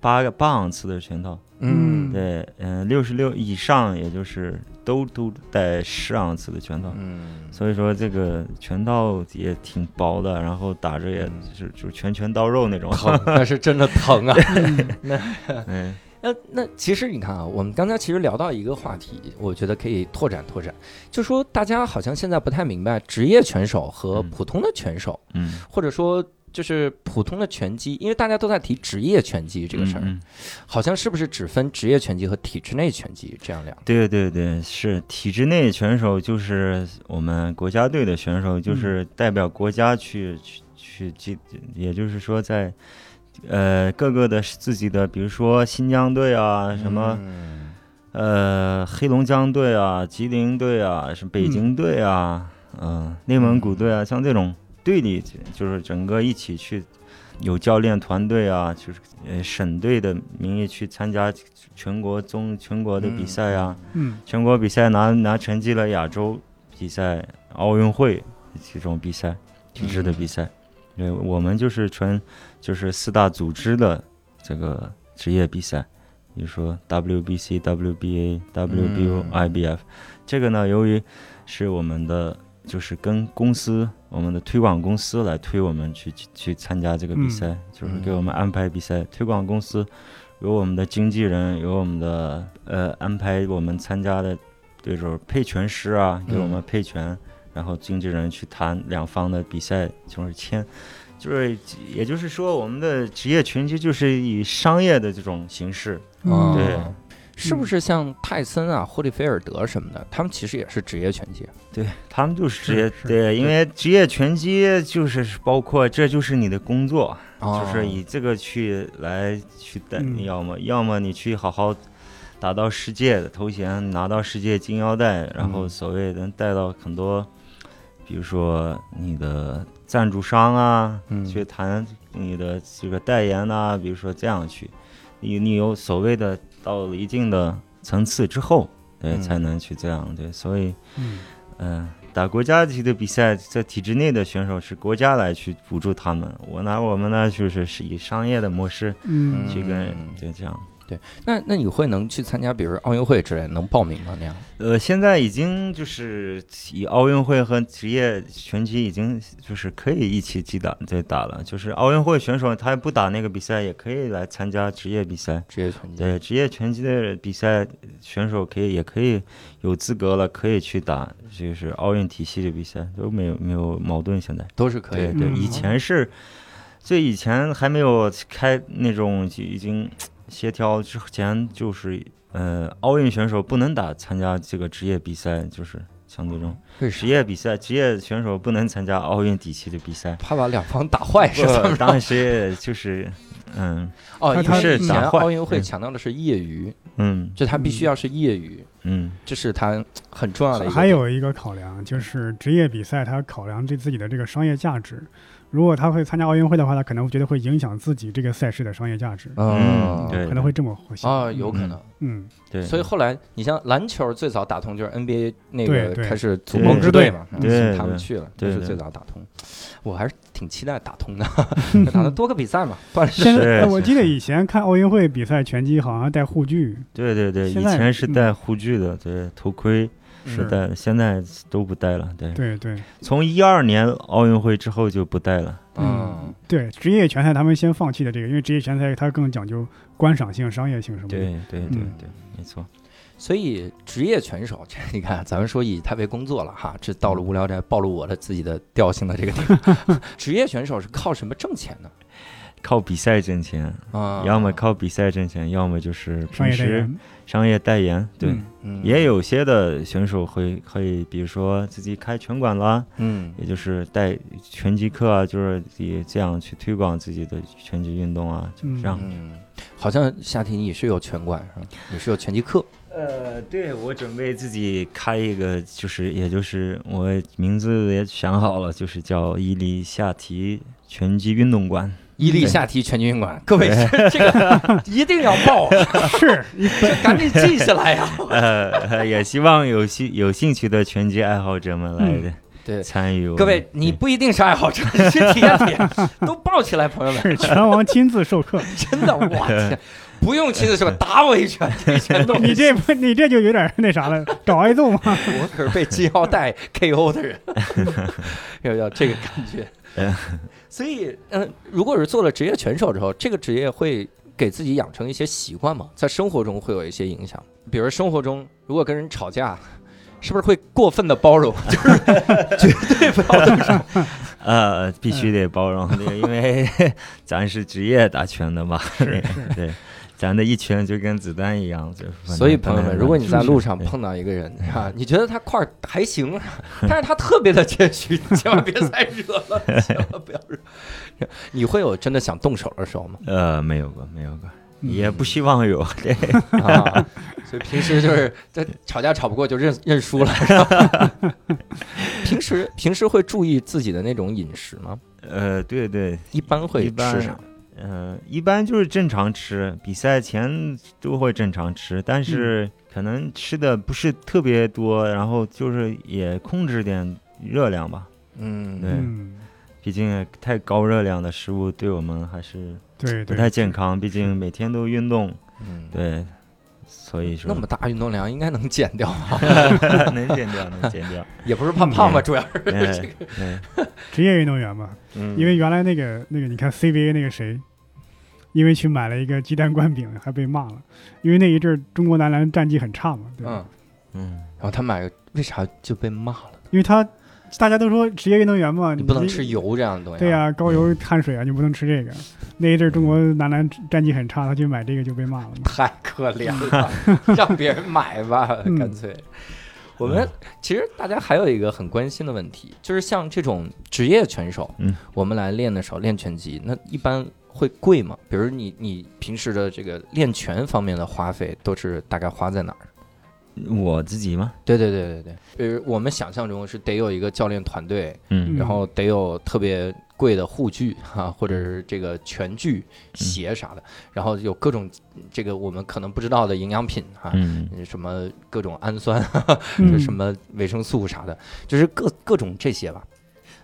八个八盎司的拳套。
嗯
嗯
对，嗯、六十六以上也就是都都带十盎司的拳套。
嗯，
所以说这个拳套也挺薄的，然后打着也
嗯
是就拳拳到肉那种。
疼，那是真的疼啊。
嗯，
那那其实你看啊，我们刚才其实聊到一个话题，我觉得可以拓展拓展，就说大家好像现在不太明白职业拳手和
嗯
普通的拳手，
嗯，
或者说就是普通的拳击，因为大家都在提职业拳击这个事儿，
嗯嗯
好像是不是只分职业拳击和体制内拳击这样两？
对对对，是体制内选手，就是我们国家队的选手，
嗯
就是代表国家去、去去去，也就是说在呃各个的自己的，比如说新疆队啊，什么、
嗯
呃黑龙江队啊、吉林队啊、是北京队啊、嗯、内蒙古队啊，像这种队里就是整个一起去。有教练团队啊，就是呃省队的名义去参加全国综全国的比赛啊，
嗯
全国比赛拿拿成绩了亚洲比赛、奥运会这种比赛体制的比赛，因为我们就是纯就是四大组织的这个职业比赛，比如说 WBC、WBA、WBO、
嗯
IBF，这个呢，由于是我们的就是跟公司我们的推广公司来推我们去去去参加这个比
嗯
赛，就是给我们安排比赛，推广公司。有我们的经纪人，有我们的呃安排我们参加的对手配拳师啊，给我们配拳，然后经纪人去谈两方的比赛，就是签，就是也就是说，我们的职业拳击就是以商业的这种形式，
嗯
哦
对
是不是像泰森啊、霍利菲尔德什么的，他们其实也是职业拳击？
对他们就是职业
是是
对，因为职业拳击就是包括这就是你的工作，
哦
就是以这个去来去带，
嗯
要么要么你去好好打到世界的头衔，拿到世界金腰带，然后
嗯
所谓能带到很多，比如说你的赞助商啊，
嗯
去谈你的这个代言呐、比如说这样去，你你有所谓的到了一定的层次之后，对，
嗯
才能去这样对，所以
嗯
嗯，打国家级的比赛，在体制内的选手是国家来去补助他们，我拿我们呢就是是以商业的模式
嗯
去跟
嗯
就这样。
那那你会能去参加，比如奥运会之类，能报名吗？那样？
呃，现在已经就是以奥运会和职业拳击已经就是可以一起击打在打了，就是奥运会选手他不打那个比赛也可以来参加职业比赛。
职业拳击？
对职业拳击的比赛，选手可以也可以有资格了，可以去打就是奥运体系的比赛，都没有没有矛盾。现在
都是可以
对
的。
对，
嗯
以前是，最以前还没有开那种就已经协调之前，就是呃，奥运选手不能打参加这个职业比赛，就是像这种
为
职
啥？
业比赛，职业选手不能参加奥运体系的比赛。
怕把两方打坏哎是 怎
不
么着？
当时也就是，嗯
哦，
他
因为
是
以前
打坏
奥运会
嗯
强调的是业余，
嗯
就他必须要是业余，
嗯，
这是他很重要的一个。
呃还，有一个考量就是职业比赛，他考量对自己的这个商业价值。如果他会参加奥运会的话，他可能觉得会影响自己这个赛事的商业价值，
嗯，
嗯对
可能会这么会想。
啊，有可能。
嗯，
对。
所以后来，你像篮球最早打通就是 NBA 那个
对对
开始组梦之队嘛，嗯
对对
他们去了，
对
那
对
是最早打通。我还是挺期待打 通的，打的多个比赛嘛，锻炼
现在呃
是
我
是
记得以前看奥运会比赛拳击好像还带护具，
对对对，以
现在
前是
嗯
戴护具的，对，头盔是戴的，现在都不戴了。对，
对对
从一二年奥运会之后就不戴了。
嗯，
对，职业拳赛他们先放弃的这个，因为职业拳赛它更讲究观赏性、商业性什么的。
对对对
嗯
对，没错。
所以职业拳手，这你看，咱们说以他为工作了哈，这到了无聊斋暴露我的自己的调性的这个地方。 职业选手是靠什么挣钱呢？
靠比赛挣钱，
啊，
要么靠比赛挣钱，要么就是
商业
平
代
时
言，
商业代言。对，
嗯
嗯
也，有些的选手会可以，比如说自己开拳馆啦，
嗯
也就是带拳击课啊，就是以这样去推广自己的拳击运动啊，就是
嗯
这样。
嗯，好像夏婷你是有拳馆是吧？你是有拳击课，
呃，对我准备自己开一个，就是也就是我名字也想好了，就是叫伊犁下提拳击运动馆。
伊利下提拳击运馆，各位这个一定要报啊，
是
赶紧记下来呀。
呃，呃也希望有兴有兴趣的拳击爱好者们
嗯
来
对，
参与我们。
各位你不一定是爱好者，你去体验体验， 都报起来，朋友们。
是拳王亲自授课，
真的，我天，不用亲自说，打我一拳，一 拳都没
你这不你这就有点那啥了，找挨揍吗？
我可是被金腰带 KO 的人，要要这个感觉
嗯。
所以，嗯、如果是做了职业拳手之后，这个职业会给自己养成一些习惯吗？在生活中会有一些影响，比如生活中如果跟人吵架，是不是会过分的包容？ 就是绝对不要动手。
呃，必须得包容，对，因
嗯
为咱是职业打拳的嘛， 对，咱的一拳就跟子弹一样，就反正
所以，朋友们，如果你在路上
对
碰到一个人啊，你觉得他块儿还行，啊但是他特别的谦虚，你千万别再惹了，千万不要惹。你会有真的想动手的时候吗？
呃没有过，没有过，
嗯
也不希望有，对，
啊，所以平时就是在吵架吵不过就认认输了。平时平时会注意自己的那种饮食吗？
呃，对对，
一般会
一般
吃啥？
呃，一般就是正常吃，比赛前都会正常吃，但
嗯
是可能吃的不是特别多，然后就是也控制点热量吧，
嗯
对
嗯，
毕竟太高热量的食物对我们还是
对
不
对，
太健康，毕竟每天都运动，
嗯，
对，所以说
那么大运动量应该能减掉吧？
能减掉，能减掉。
也不是怕胖吧，主要是 这
哎
个。
哎
职业运动员嘛，
嗯，
因为原来那个那个，你看 CBA 那个谁，因为去买了一个鸡蛋灌饼，还被骂了，因为那一阵儿中国男篮战绩很差嘛，对
嗯，
吧？
嗯，
然后他买个为啥就被骂了？
因为他大家都说职业运动员嘛，
你
你
不能吃。油这样的东西、啊
对呀、高油碳水啊，你不能吃这个。那一阵儿中国男篮战绩很差，他去买这个就被骂了嘛。
太可怜了， 让别人买吧，
嗯
干脆。我们其实大家还有一个很关心的问题，就是像这种职业拳手，
嗯，
我们来练的时候练拳击，那一般会贵吗？比如你你平时的这个练拳方面的花费都是大概花在哪儿？
我自己嘛，
对对对对对，比如我们想象中是得有一个教练团队，
嗯
然后得有特别贵的护具哈、或者是这个拳具、鞋啥的，然后有各种这个我们可能不知道的营养品啊哈、
嗯，
什么各种氨酸，啊
嗯
什么维生素啥的，就是各各种这些吧。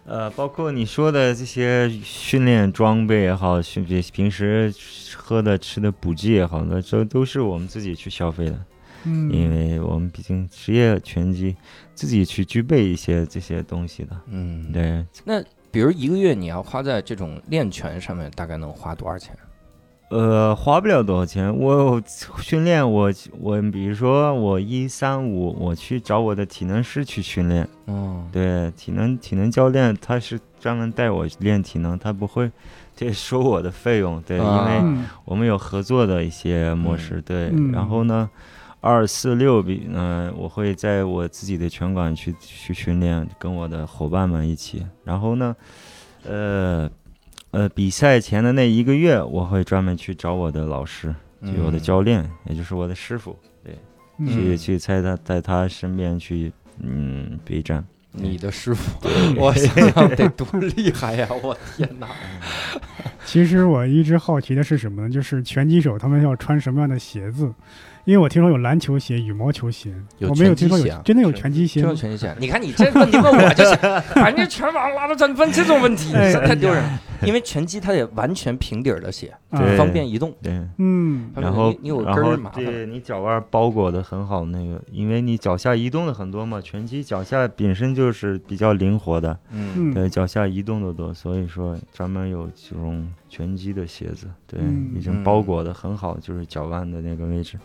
呃，包括你说的这些训练装备也好，训平平时喝的吃的补剂也好，那这都是我们自己去消费的，因
嗯，
为我们毕竟职业拳击，自己去具备一些这些东西的。
嗯，
对，
比如一个月你要花在这种练拳上面，大概能花多少钱？啊
呃，花不了多少钱。我训练我我，比如说我一三五，我去找我的体能师去训练。
嗯，
对，体能体能教练他是专门带我练体能，他不会对收我的费用。对，
啊
因为
嗯
我们有合作的一些模式。对，
嗯
然后呢，二四六比嗯、我会在我自己的拳馆去去训练，跟我的伙伴们一起。然后呢，呃。呃，比赛前的那一个月，我会专门去找我的老师，
嗯
就我的教练，也就是我的师傅，
嗯
去去在他在他身边去，嗯，备战。
你的师傅，我想想得多厉害呀！我天哪！
其实我一直好奇的是什么呢？就是拳击手他们要穿什么样的鞋子？因为我听说有篮球鞋、羽毛球鞋，
有
我没有听说
拳击鞋啊
有真的有拳击鞋
听
吗
到？全一线，你看你这问题问我就是， 把人家全网拉到这问这种问题，
哎
这太丢人了。因为拳击它得完全平底儿的鞋，
啊
对
方便移动。
对。
嗯，
他
然
说
后
你你有根
然
儿
后
麻烦
对你脚腕儿包裹的很好，那个因为你脚下移动的很多嘛，拳击脚下本身就是比较灵活的，
嗯，
嗯
对，脚下移动的多，所以说专门有这种拳击的鞋子，对，
嗯
已经包裹的很好，就是脚腕的那个位置。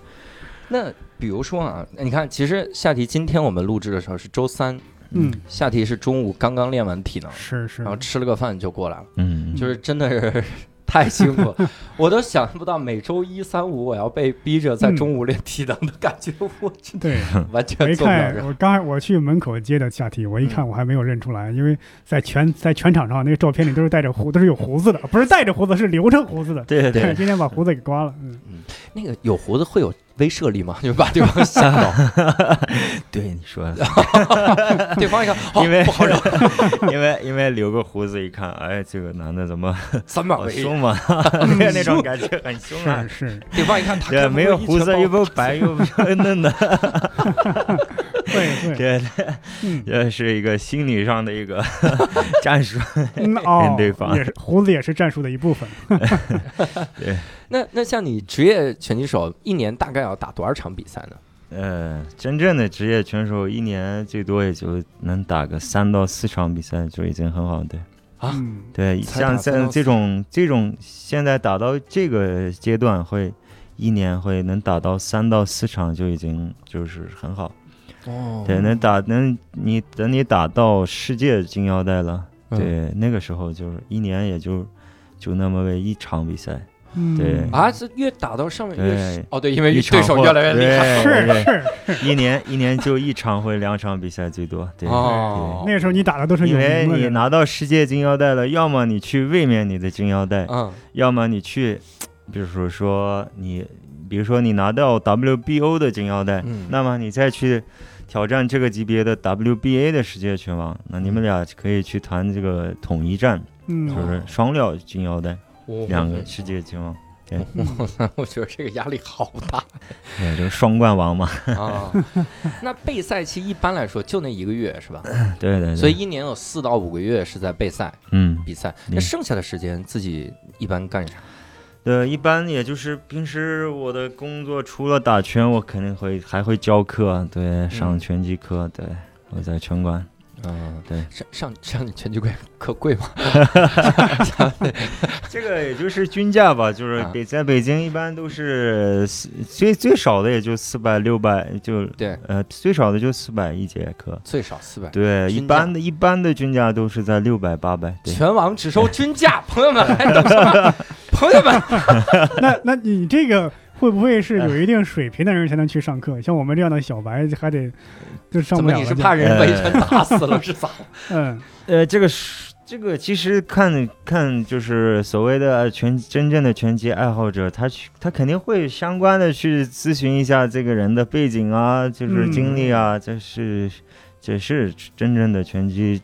那比如说啊，你看，其实下题今天我们录制的时候是周三，
嗯，
下题是中午刚刚练完体能，
是是
然，后吃了个饭就过来了，
嗯，
就是真的是 太辛苦，了，我都想象不到每周一、三、五我要被逼着在中午练体能的感觉，我真的
对。
嗯
完
我
全
一
做不了
看
啊
这。，嗯
我刚才我去门口接的下体，我一看我还没有认出来，因为在拳在拳场上那个照片里都是带着胡，都是有胡子的，不是带着胡子，是留着胡子的。
对对，
今天把胡子给刮了，嗯，
那个有胡子会有威慑力吗？ 就把对方吓 到。
对你说的，
对方一看，哦好
因为
不好惹，
因为因为留个胡子一看，哎，这个男的怎么
三秒
好
为一。
凶 嘛， 对那种感觉很凶啊
是。是，
对方一看他
对，没有胡子又不白又 不 嫩的，
对对，
这
嗯
这是一个心理上的一个 战术。
嗯哦，
对方
也是胡子也是战术的一 部分。
那那像你职业拳击手，一年大概要打多少场比赛呢？
呃，真正的职业拳手一年最多也就能打个三到四场比赛就已经很好的。
啊
嗯
对，
才
像
打三到
像
四
这种这种现在打到这个阶段会。一年会能打到三到四场就已经就是很好，
哦
对，能打能你等你打到世界金腰带了，
嗯
对，那个时候就是一年也就就那么个一场比赛，
嗯，
对
啊，这越打到上面越是
对
哦，对，因为
场
对手
或
越来越厉害。
对
是是，
对一年一年就一场或两场比赛最多，对，
哦，
那个时候你打的都是
因
有
为
名的
你
人，
拿到世界金腰带了，要么你去卫冕你的金腰带，
嗯
要么你去，比如说说你，比如说你拿到 WBO 的金腰带，
嗯
那么你再去挑战这个级别的 WBA 的世界拳王，那你
嗯
们俩可以去谈这个统一战，就
嗯，
是双料金腰带，
哦
两个世界拳王，
我觉得这个压力好大
对，就是双冠王嘛，
啊。那备赛期一般来说就那一个月是吧？
对对对，
所以一年有四到五个月是在备赛
嗯，
比赛，
嗯
那剩下的时间自己一般干啥？
对，呃一般也就是平时我的工作除了打拳，我肯定会还会教课，对，上拳击课，对，我在拳馆，
嗯，
对，
上上上你拳击柜可贵吗？
这个也就是均价吧，就是
啊
北在北京一般都是四最最少的也就四百六百，就
对，
呃最少的就四百一节课，
最少四百。
对，一
均价
般的一般的均价都是在六百八百，对，
全网只收均价，朋友们还等什 么？朋友们，
那那你这个会不会
哎
是有一定水平的人才能去上课？像我们这样的小白还 得就上
怎么
不了
你是
了就
怕人被拳打死了是咋？
嗯
呃，这个是这个其实看看就是所谓的拳真正的拳击爱好者，他去他肯定会相关的去咨询一下这个人的背景啊，就是经历啊，这是这是真正的拳击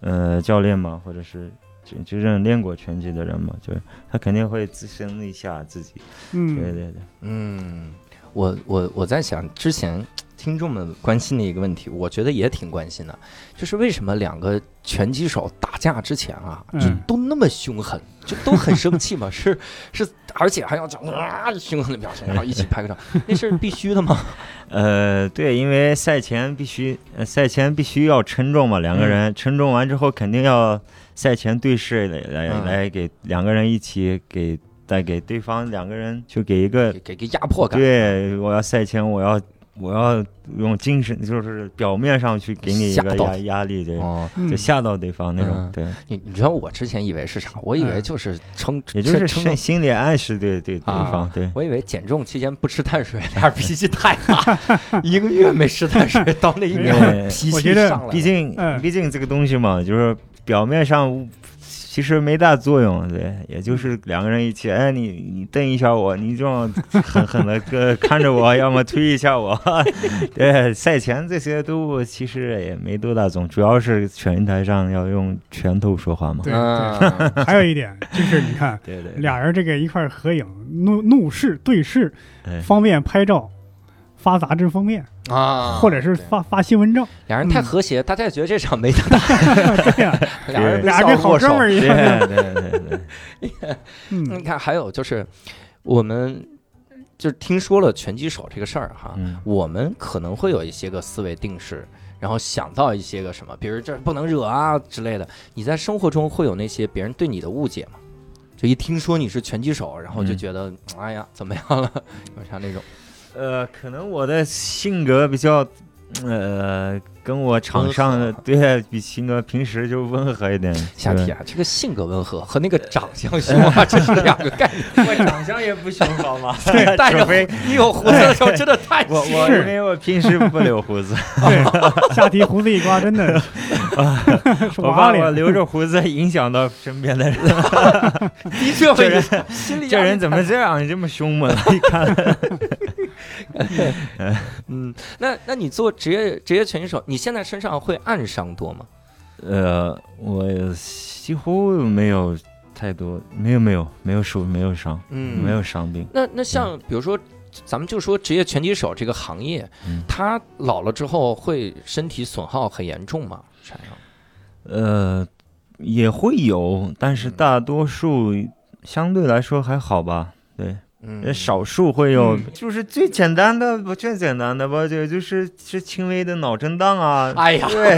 呃教练嘛，或者是真真正练过拳击的人嘛，就是他肯定会自身一下自己，对
嗯，
对对，
嗯，我我我在想之前听众们关心的一个问题，我觉得也挺关心的，就是为什么两个拳击手打架之前啊，
嗯
就都那么凶狠，就都很生气嘛？ 是是，而且还要讲啊凶狠的表情，然后一起拍个 照，那是必须的吗？
呃，对，因为赛前必须，呃赛前必须要称重嘛，两个
嗯
人、称重完之后，肯定要赛前对视来来、
嗯
来给两个人一起给再给对方两个人就给一个
给，给个压迫感，
对，我要赛前我要我要用精神，就是表面上去给你一
吓
个
到
压压力，对，
哦，
嗯
就吓到对方那种，
嗯
对，
你你知道我之前以为是啥？我以为
嗯
就是撑，
也就是
撑
心心理暗示对对对
啊
方，对。
我以为减重期间不吃碳水， 俩人脾气太大，一个月没吃碳水，到 那一
没
年
有
脾
我
气
觉得
上来了，
毕竟
嗯
毕竟这个东西嘛，就是表面上其实没大作用，对，也就是两个人一起，哎，你你瞪一下我，你这样狠狠的跟看着我， 要么推一下我， 对，赛前这些都其实也没多大用，主要是拳台上要用拳头说话嘛，
对
啊，
还有一点就是，你看
对 对，
俩人这个一块儿合影，怒怒视对视，
哎
方便拍照，发杂志封面，
啊
或者是
对
发发新 闻照。
俩人太
嗯
和谐，大家也觉得这场 没打，
对呀，
俩人
俩
笑
跟好
握手
哥们儿一
对
样。
对对对，
你
嗯，
看，还有就是我们就是听说了拳击手这个事儿哈，
嗯，
我们可能会有一些个思维定式，然后想到一些个什么，比如这不能惹啊之类的。你在生活中会有那些别人对你的误解吗？就一听说你是拳击手，然后就
嗯
觉得、哎呀怎么样了， 有啥那种
呃，可能我的性格比较，呃，跟我场上
温
的
和
对比性格平时就温和一点，
下
对
体啊，这个性格温和和那个长相凶 啊，这是两个概念。
我长相也不凶，好 吗？
带着
除非
你有胡子的时候，真的太
我
凶
我
是
因为我平时不留胡子，
对，下体胡子一刮，真的 是
我
娃
怕我
脸。
留着胡子影响到身边 的人。
的确
这
会
人
心里
这人怎么这样？这么凶吗？ 一看，
嗯，那那你做职业职业拳击手，你现在身上会暗伤多吗？
呃，我几乎没有太多，没有没有没有受没有伤，
嗯
没有伤病。
那那像比如说，咱们就说职业拳击手这个行业，
嗯
他老了之后会身体损耗很严重吗？产生
呃，也会有，但是
嗯
大多数相对来说还好吧。对，呃
嗯
少数会有，
嗯
就是最简单的，不最简单的吧，就就是是轻微的脑震荡啊。
哎呀，
对，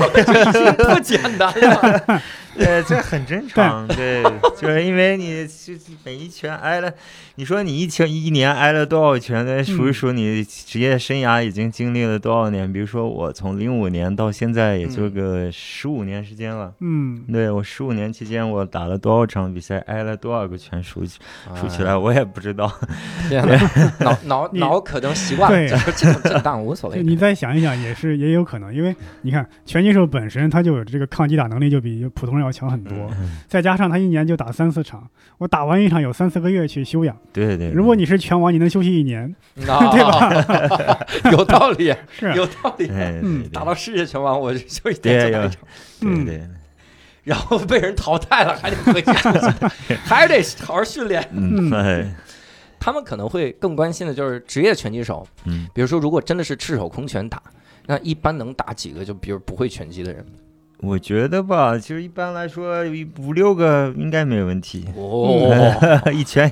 不简单 了。
对，这很正常。对，
嗯
就是因为你就是每一拳挨了，你说你一拳一年挨了多少拳？再数一数你职业生涯已经经历了多少年？比如说我从零五年到现在也就
嗯
个十五年时间了。
嗯，
对我十五年期间，我打了多少场比赛，挨了多少个拳，数起数
嗯
起来我也不知道。
哎，天 哪脑脑
你
脑可能习惯了，
对
就是这种震荡无所
就
谓。
你再想一想，也是也有可能，因为你看拳击手本身他就有这个抗击打能力，就比普通人要强很多。再加上他一年就打三四场，我打完一场有三四个月去休养。
对对，
如果你是拳王，你能休息一年，
对吧？有道理，啊
是啊
有道理。啊
哎
嗯
对
打到世界拳王，我就一
对
点就打
有
一场，
对
嗯
对，
然后被人淘汰了，还得回 去重新，还得好好训练。
嗯
嗯
哎
他们可能会更关心的就是职业拳击手，
嗯
比如说，如果真的是赤手空拳打，那一般能打几个？就比如不会拳击的人，
我觉得吧，其实一般来说一五六个应该没问题。
哦，
一拳，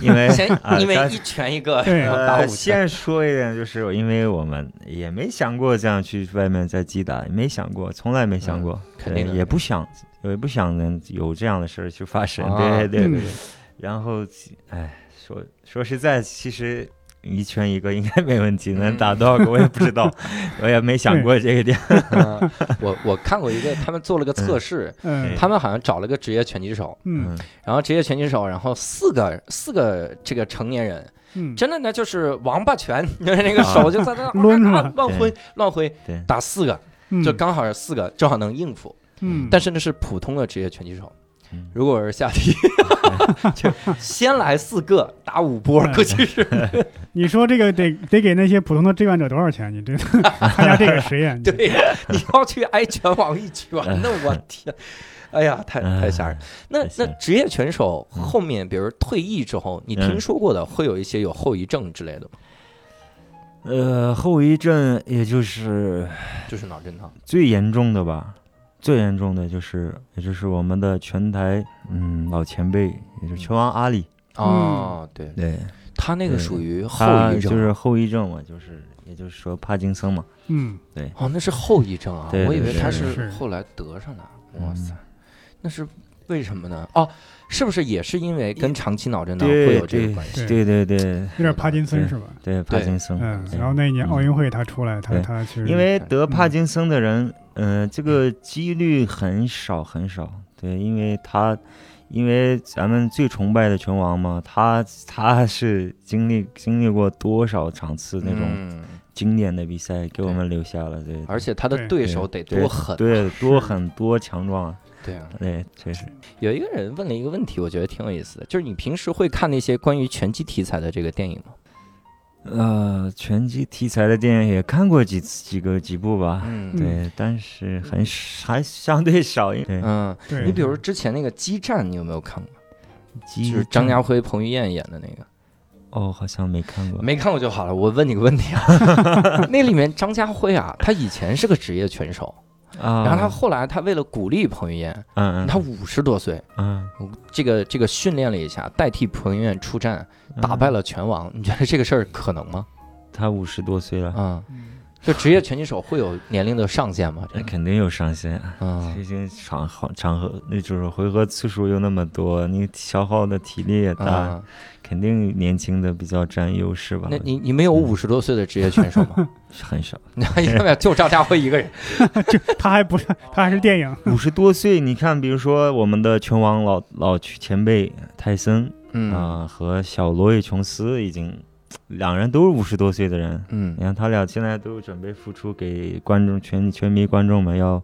因为
先
啊
因为
咱
一拳一个，
对哎
然后打
呃，
五拳，
先说一点，就是因为我们也没想过这样去外面再击打，没想过，从来没想
嗯
过，
肯
对
定的
也不想，也不想能有这样的事儿去发生。
啊
对对
嗯
对。然后，哎，说说实在，其实一拳一个应该没问题，能打多少个我也不知 道，我也没想过这一点。
嗯我我看过一个，他们做了个测试，
嗯
他们好像找了个职业拳击手，
嗯
然后职业拳击手，然后四个四个这个成年人，
嗯，啊
真的那就是王八拳， 就是那个手就在那啊
抡出来
乱挥乱挥
对，
打四个，
嗯
就刚好是四个，正好能应付。
嗯，
但是那是普通的职业拳击手
嗯。
如果是下 体，就先来四个打五波，
哎
估计是
你说这个得得给那些普通的志愿者多少钱？你这参加这个实验，
对呀，你要去挨拳王一拳呢，我 天！哎呀，太太吓人。那
太吓
那
人
职业拳手
嗯
后面，比如退役之后，你
嗯
听说过的会有一些有后遗症之类的吗？
呃，后遗症也就是
就是脑震荡。
最严重的吧，最严重的就是，也就是我们的拳台，嗯，老前辈，也就是拳王阿里，
哦，对，
嗯对，
他那个
对
属于后
他
遗
就
症。
是后遗症嘛，就是也就是说帕金森嘛，
嗯，
哦，那是后遗症啊！
对
我以为
对
他
是
是
是
后来得上的。哇
嗯
塞，那是为什么呢？哦，是不是也是因为跟长期脑震荡
对
会有这个
对
关系？
对对对
有点帕金森是吧？
对，帕金森，
嗯，
对
然后那一年奥运会他出来，他
对
他去，
因为得
嗯
帕金森的人，嗯、这个几率很少很少，对，因为他。因为咱们最崇拜的拳王嘛，他他是经历经历过多少场次那种
嗯
经典的比赛，给我们留下了对，
而且他的
对
对手得多狠，
对，多很多强壮啊！
对啊，
对，确实，
有一个人问了一个问题，我觉得挺有意思的，就是你平时会看那些关于拳击题材的这个电影吗？
呃，拳击题材的电影也看过几次几个几部吧，
嗯
对，但是很还相对少。对，
嗯，
对，
你比如之前那个《激战》，你有没有看过？
就
就是张家辉、彭于晏演的那个，
哦，好像没看过。
没看过就好了。我问你个问题啊， 那里面张家辉啊，他以前是个职业拳手，
啊，
然后他后来他为了鼓励彭于晏，
嗯嗯
他五十多岁，
嗯
这个这个训练了一下，代替彭于晏出战，
嗯
打败了拳王。你觉得这个事儿可能吗？
他五十多岁了，
啊，
嗯
就职业拳击手会有年龄的上限吗？这
那
个
肯定有上限。啊
嗯
毕竟场好场合，那就是回合次数又那么多，你消耗的体力也大，
啊，
肯定年轻的比较占优势吧
那。你你没有五十多岁的职业拳手吗？
很少，
你看没有，就张家辉一个人。
他还不是，他还是电影，
五十多岁，你看，比如说我们的拳王老老前辈泰森啊、
嗯
和小罗伊琼斯已经，两人都是五十多岁的人，
嗯
你看他俩现在都准备复出，给观众全全迷观众们要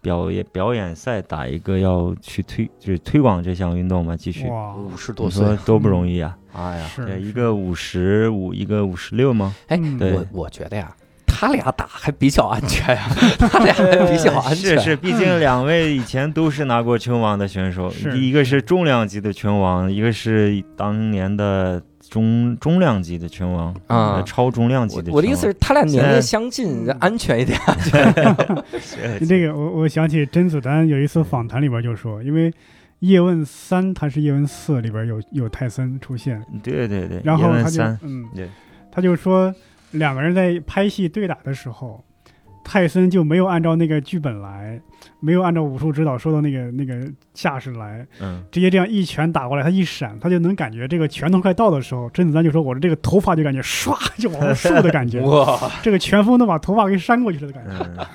表演表演赛打一个，要去推就是推广这项运动嘛，继续。
哇，
五十多
嗯你
岁
说，多不容易啊！
哎呀，
是
哦对，
嗯
一
是
个五十五，一个五十六吗？
哎，
嗯
对
我我觉得呀，他俩打还比较安全呀， 他俩还比较安全。
是是，毕竟两位以前都是拿过拳王的选手，
嗯是
一个是重量级的拳王，一个是当年的中中量级的拳王
啊
呃超重量级
我
的拳王。
我的意思是，他俩年
现在嗯
龄相近，安全一点。
是
这个我我想起甄子丹有一次访谈里边就说，因为《叶问三》他是《叶问四》里边有有泰森出现，
对对对，
然
叶
后
问
他就
三
嗯
对，
他就说两个人在拍戏对打的时候，泰森就没有按照那个剧本来，没有按照武术指导说的那个那个架势来，
嗯，
直接这样一拳打过来，他一闪，他就能感觉这个拳头快到的时候，甄子丹就说：“我的这个头发就感觉唰就往上竖的感 觉，
哇
这个拳风都把头发给扇过去了的感觉。
嗯，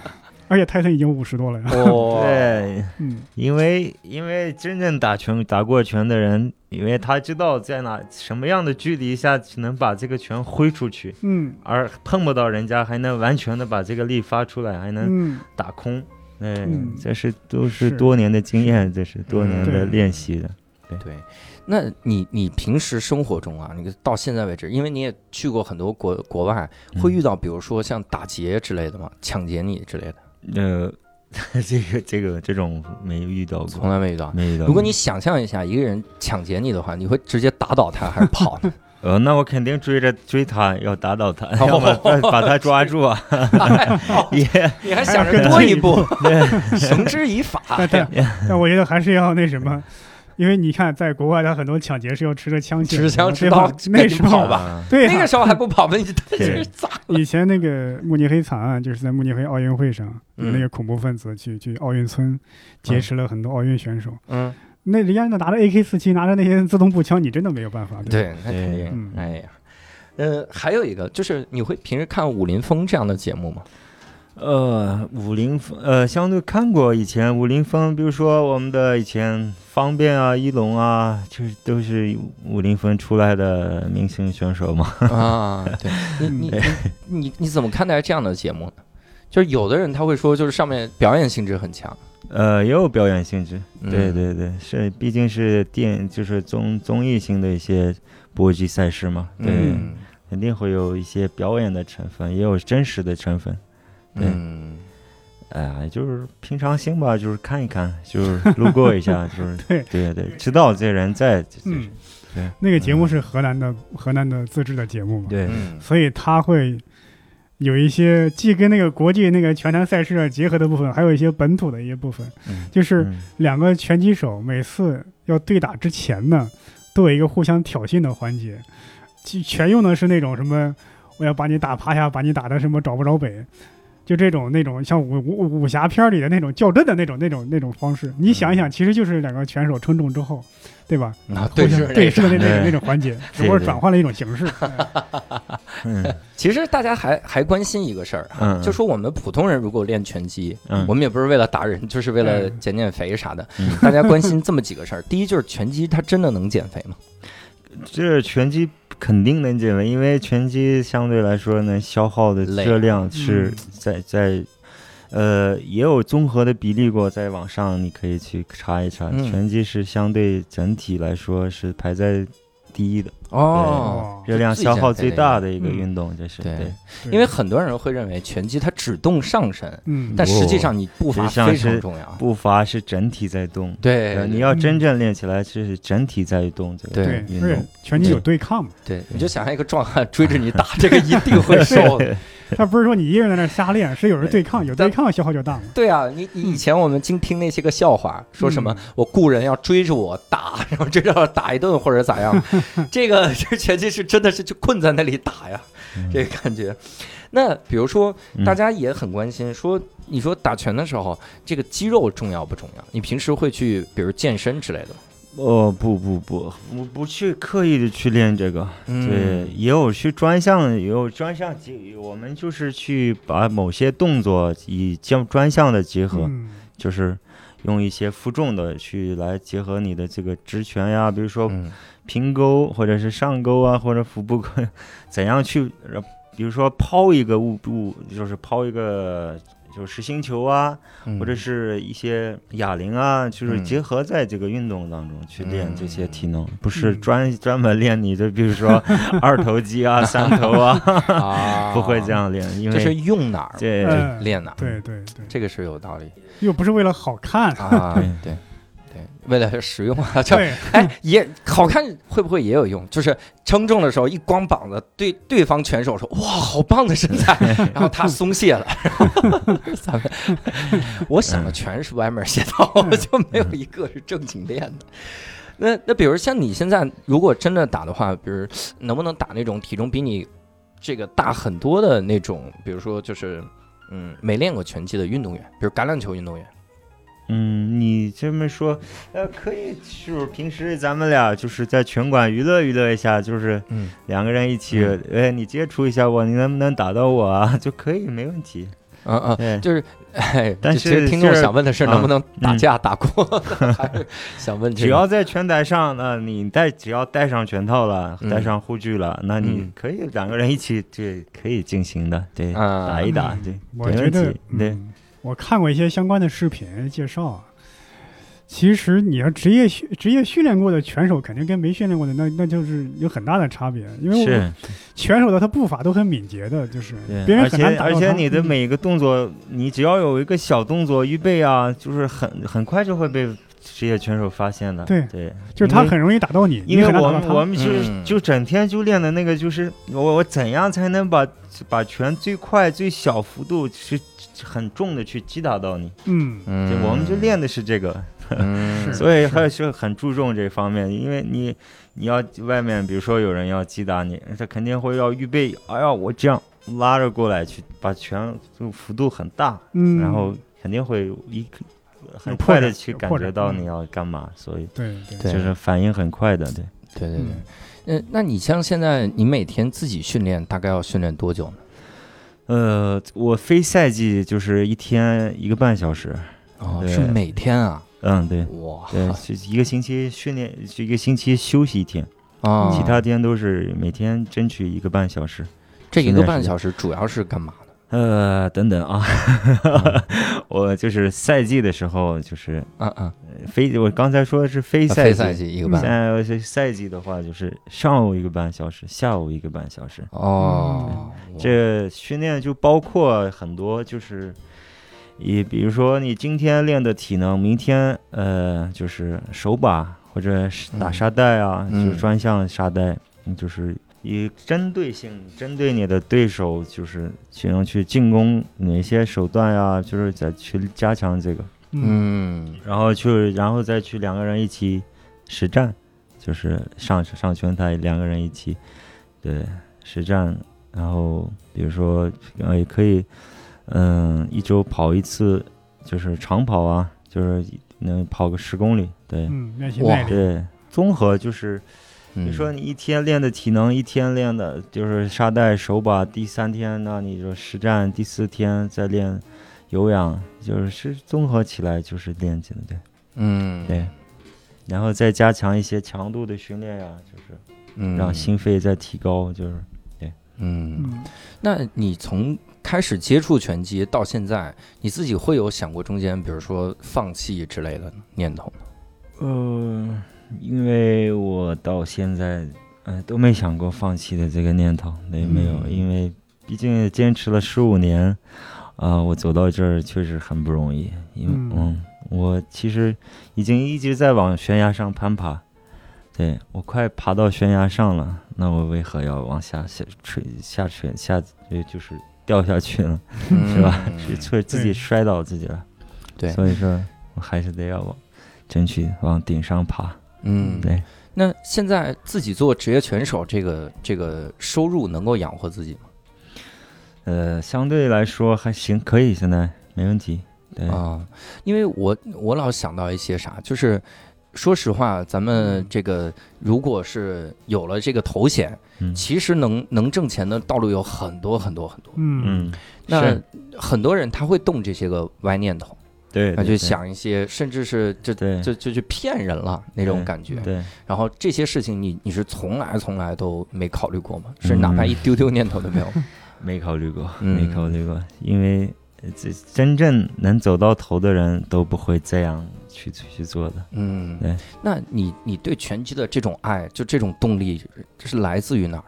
而且泰森已经五十多了呀，
哇，
对，
嗯，
因为因为真正打拳打过拳的人，因为他知道在哪什么样的距离下能把这个拳挥出去，
嗯
而碰不到人家，还能完全的把这个力发出来，还能
嗯，
打空。哎
嗯，
这是都是
是
多年的经验，这是多年的
对
练习的。
对。那你你平时生活中啊，你到现在为止，因为你也去过很多国国外，会遇到比如说像打劫之类的吗？抢劫你之类的，
呃， 这个这个这种没遇到
从
过，
来没遇到。
没遇到过。
如果你想象一下，一个人抢劫你的话，你会直接打倒他还是跑呢？
呃，那我肯定追着追他，要打倒他，
哦
要么把他抓 住啊！ 也
哎你还想着多一步， 绳之以法
但但 但我觉得还是要那什么。因为你看，在国外，他很多抢劫是要持着枪去的，
持枪持
对吧
刀
那
赶
时
紧
候
跑吧
啊
对呀、
那个时候还不跑吗？你这是咋？
以前那个慕尼黑惨案，就是在慕尼黑奥运会上，有
嗯
那个恐怖分子去去奥运村劫持了很多奥运选手，
嗯，
那人家拿着 AK 四七，拿着那些自动步枪，你真的没有办法。吧，
对，那肯
对
定
嗯。
哎呀，呃，还有一个就是，你会平时看《武林风》这样的节目吗？
呃，武林风呃，相对看过以前武林风，比如说我们的以前方便啊、一龙啊，就是都是武林风出来的明星选手嘛。
啊，对你
嗯
你你你你怎么看待这样的节目呢？就是有的人他会说，就是上面表演性质很强，
呃，也有表演性质，
嗯
对对对，是，毕竟是电就是综综艺性的一些搏击赛事嘛，对，
嗯
肯定会有一些表演的成分，也有真实的成分。对
嗯，
哎呀，就是平常心吧，就是看一看，就是路过一下， 就是
对
对对，知道这人在，就
嗯
是对，
那个节目是河南的河南的自制的节目嘛，
对，
嗯
所以他会有一些既跟那个国际那个拳坛赛事啊结合的部分，还有一些本土的一些部分。
嗯
就是
嗯
两个拳击手每次要对打之前呢，都有一个互相挑衅的环节，其全用的是那种什么我要把你打趴下，把你打的什么找不着北。就这种那种像武武武侠片里的那种较真的那种那种那种方式，你想一想，其实就是两个拳手称重之后，对吧？
啊，
互
对
相
是哎
对是的那
种
那
对
那种 环节，只不过
对对
转换了一种形式。哎
嗯
其实大家还还关心一个事儿啊，
嗯嗯
就说我们普通人如果练拳击，
嗯
我们也不是为了打人，就是为了
嗯
减减肥啥的。
嗯
大家关心这么几个事儿：第一就是拳击它真的能减肥吗？
这拳击肯定能减肥，因为拳击相对来说呢，消耗的
累
热量是
嗯
在在呃，也有综合的比例过，在网上你可以去查一查，
嗯
拳击是相对整体来说是排在第一的，
哦，
热量消耗最大的一个
嗯
运动，这是
对
对，
对
因为很多人会认为拳击它只动上身，
嗯，
但实际上你步伐
实际上
非常
是
重要。
步伐是整体在动。
对
呃，，你
对
要
嗯
真正练起来，是整体在动这个
对
对，
运
而
动
且。拳击有对抗嘛，
对，你就想象一个壮汉追着你打， 这个一定会瘦的。
他不是说你一个人在那儿瞎练，是有人对抗，有对抗消耗就大嘛。
对啊，你你以前我们经听那些个笑话，说什么
嗯
我雇人要追着我打，然后追着我打一顿或者咋样，这个 这拳击是真的是就困在那里打呀，这个感觉。那比如说，
嗯
大家也很关心，说你说打拳的时候，这个肌肉重要不重要？你平时会去比如健身之类的吗？
哦，不不不，我不去刻意的去练这个，对，
嗯，
也有去专项，也有专项结，我们就是去把某些动作以将专项的结合，
嗯，
就是用一些负重的去来结合你的这个直拳呀，比如说
嗯
平勾或者是上勾啊，或者腹部勾，怎样去，呃比如说抛一个物物，就是抛一个就是实心球啊，
嗯
或者是一些哑铃啊，就是
嗯
结合在这个运动当中去练这些体能，不是
嗯
专专门练你的，比如说 二头肌啊、三头啊，
啊，
不会这，样练，因
这是嗯
为
用哪儿
这
呃
练哪儿，
对对对，
这个是有道理
又不是为了好看，
啊，
对
对对，为了实用啊，这
对，
哎，也好看，会不会也有用？就是称重的时候一光膀子，对对方拳手说：“哇，好棒的身 材！”然后他松懈 了。咱们，我想的全是歪门邪道，我就没有一个是正经练的。那那比如像你现在，如果真的打的话，比如能不能打那种体重比你这个大很多的那种，比如说就是嗯没练过拳击的运动员，比如橄榄球运动员，
嗯，你这么说，呃，可以，就是平时咱们俩就是在拳馆娱乐娱乐一下，就是
嗯，
两个人一起，
嗯
哎，你接触一下我，你能不能打到我啊？ 就可以，没问题。
嗯嗯，
对，
就是，哎，
但
这其实
是
听众
就是
想问的是
啊
能不能打架打过， 还是想问这
只
个？
要在拳台上，那你带只要带上拳套了，
嗯
带上护具了，那你
嗯
可以两个人一起，对，可以进行的，对，
啊
打一打
嗯，
对，
我
没
觉
问
得
题，，对，
嗯，我看过一些相关的视频介绍啊。其实你要职业训职业训练过的拳手，肯定跟没训练过的那那就是有很大的差别，嗯因为我
是，
拳手的他步伐都很敏捷的，就是别
对，
人
而
很
且
难打
而
到
且
他
你的
嗯
每一个动作，你只要有一个小动作预备啊，就是很很快就会被职业拳手发现的，
对
对，
就是
因
他
为
很容易打到你，你
因为
很难
我
打到
们
他
我们就是
嗯
就整天就练的那个就是我我怎样才能把把拳最快最小幅度是很重的去击打到你，
嗯
对，
嗯
我们就，练的是这个，
嗯
是
所以还是很注重这方面，因为你你要外面比如说有人要击打你，他肯定会要预备，哎呀我这样拉着过来去把拳就幅度很大，
嗯，
然后肯定会一很
有
快
破
的
绽
去
有
感
破
觉
绽
到
嗯
你要干嘛，所以
对对
对
就是反应很快的，对。
对对对
嗯。
嗯，那你像现在你每天自己训练，大概要训练多久呢？
呃，我非赛季就是一天一个半小时，
哦，
对
是每天啊，
嗯，对，
哇
对，是一个星期训练，就一个星期休息一天，
啊！
其他天都是每天争取一个半小时。
这一
训
个
练
半
时间
小时主要是干嘛的？
呃，等等啊， 我就是赛季的时候，就是
嗯嗯，
呃非我刚才说的是非
啊非
赛季，嗯
赛季一个
现
半。
在是赛季的话，就是上午一个半小时，下午一个半小时。
哦，
这训练就包括很多，就是你比如说你今天练的体能，明天呃就是手把或者是打
嗯
沙袋啊，
嗯
就是专项沙袋，嗯就是以针对性针对你的对手，就是去能去进攻哪些手段呀、就是再去加强这个，
嗯
嗯
然后去然后再去两个人一起实战，就是上上拳台两个人一起，对实战，然后比如说呃也可以，嗯、一周跑一次，就是长跑啊，就是能跑个十公里，对、
嗯练习
哇
耐力，
对，综合就是
嗯，
你说你一天练的体能，一天练的就是沙袋、手把，第三天那你就实战，第四天再练有氧，就是是综合起来就是练起来对。
嗯，
对，然后再加强一些强度的训练呀、就是
嗯，
让心肺再提高，就是
嗯。
嗯
那你从开始接触拳击到现在，你自己会有想过中间，比如说放弃之类的念头吗？
呃，因为我到现在，呃，都没想过放弃的这个念头，没没有，
嗯
因为毕竟坚持了十五年，啊、我走到这儿确实很不容易，因为
嗯
嗯我其实已经一直在往悬崖上攀爬，对我快爬到悬崖上了，那我为何要往下下垂下垂下，就就是掉下去呢？嗯是吧？
嗯
是会自己
对嗯
摔倒自己了，
对
所以说我还是得要往争取往顶上爬，
嗯，
对。
那现在自己做职业拳手，这个这个收入能够养活自己吗？
呃，相对来说还行，可以，现在没问题。对，
啊，因为我我老想到一些啥，就是说实话，咱们这个如果是有了这个头衔，
嗯
其实能能挣钱的道路有很多很多很多。
嗯
嗯，
那
是
很多人他会动这些个歪念头，
对，
他
对
就，想一些，甚至是就
对嗯
就就去骗人了那种感觉
对。对，
然后这些事情你你是从来从来都没考虑过
嗯
吗？是哪怕一丢丢念头都没有 吗？
没考虑过，
嗯
没考虑过，因为呃这真正能走到头的人都不会这样去去做的。
嗯，
对。
那你你对拳击的这种爱，就这种动力，这是来自于哪儿？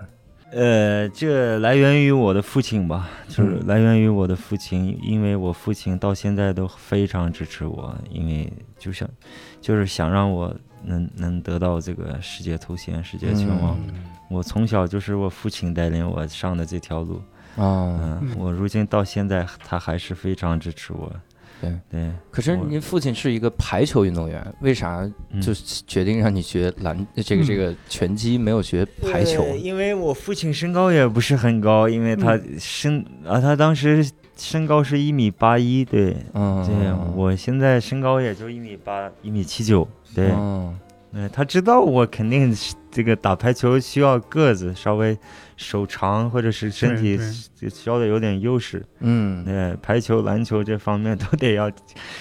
呃，这来源于我的父亲吧，就是
嗯
来源于我的父亲，因为我父亲到现在都非常支持我，因为就想，就是想让我能能得到这个世界头衔、世界拳王。
嗯
我从小就是我父亲带领我上的这条路，
嗯啊。
嗯，
嗯
我如今到现在他还是非常支持我，
对
对，
可是
我
您父亲是一个排球运动员，为啥
嗯
就决定让你学篮这个
嗯
这个拳击，没有学排球？
对因为我父亲身高也不是很高，因为他
嗯
身、啊，他当时身高是一米八一，对，
嗯，
对，我现在身高也就一米八，一米七九，对，
嗯
嗯，他知道我肯定是这个打排球需要个子稍微手长或者是身体
对对
就稍微有点优势，
嗯，
对，排球、篮球这方面都得要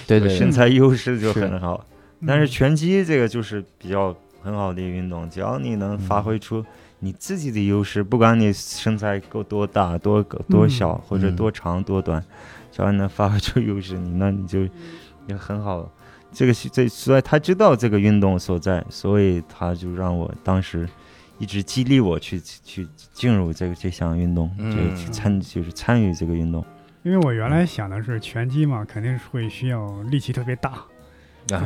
对
有
对
身
对，
材优势就是很好。嗯但
嗯
是拳击这个就是比较很好的一个运动，只要你能发挥出你自己的优势，不管你身材够多大、多个多小，或者多长、多短，只要你能发挥出优势，你那你就也很好。这个是这，所以他知道这个运动所在，所以他就让我当时一直激励我去去进入这个这项运动，
嗯
就去参就是参与这个运动。
因为我原来想的是拳击嘛，肯定是会需要力气特别大、
啊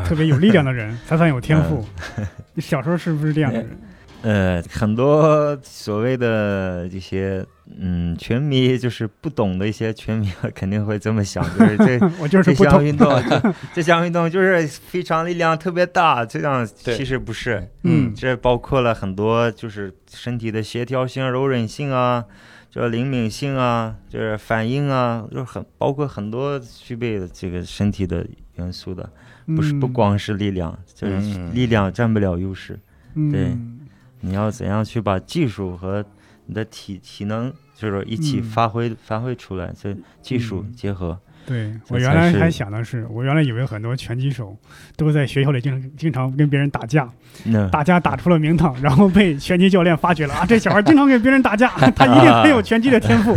特别有力量的 人才算有天赋。
嗯
你小时候是不是这样的人？
呃，很多所谓的这些嗯拳迷，就是不懂的一些拳迷，肯定会这么想，就 是这
我就是
这
不
项
懂。
运动，这这项运动就是非常力量特别大，这 样其实不是，
嗯
这包括了很多就是身体的协调性、柔韧性啊，这灵敏性啊，这反应啊，就是很包括很多具备的这个身体的元素的，不是不
嗯
光是力量，就是
嗯
力量占不了优势。对
嗯
你要怎样去把技术和你的体体能，就是说一起
嗯
发挥、发挥出来，这技术
嗯
结合。
对
这
我原
才
来
是
还想的是，我原来以为很多拳击手都在学校里经经常跟别人打架，
那
嗯打架打出了名堂，然后被拳击教练发觉了啊，这小孩经常跟别人打架，他一定很有拳击的天 赋。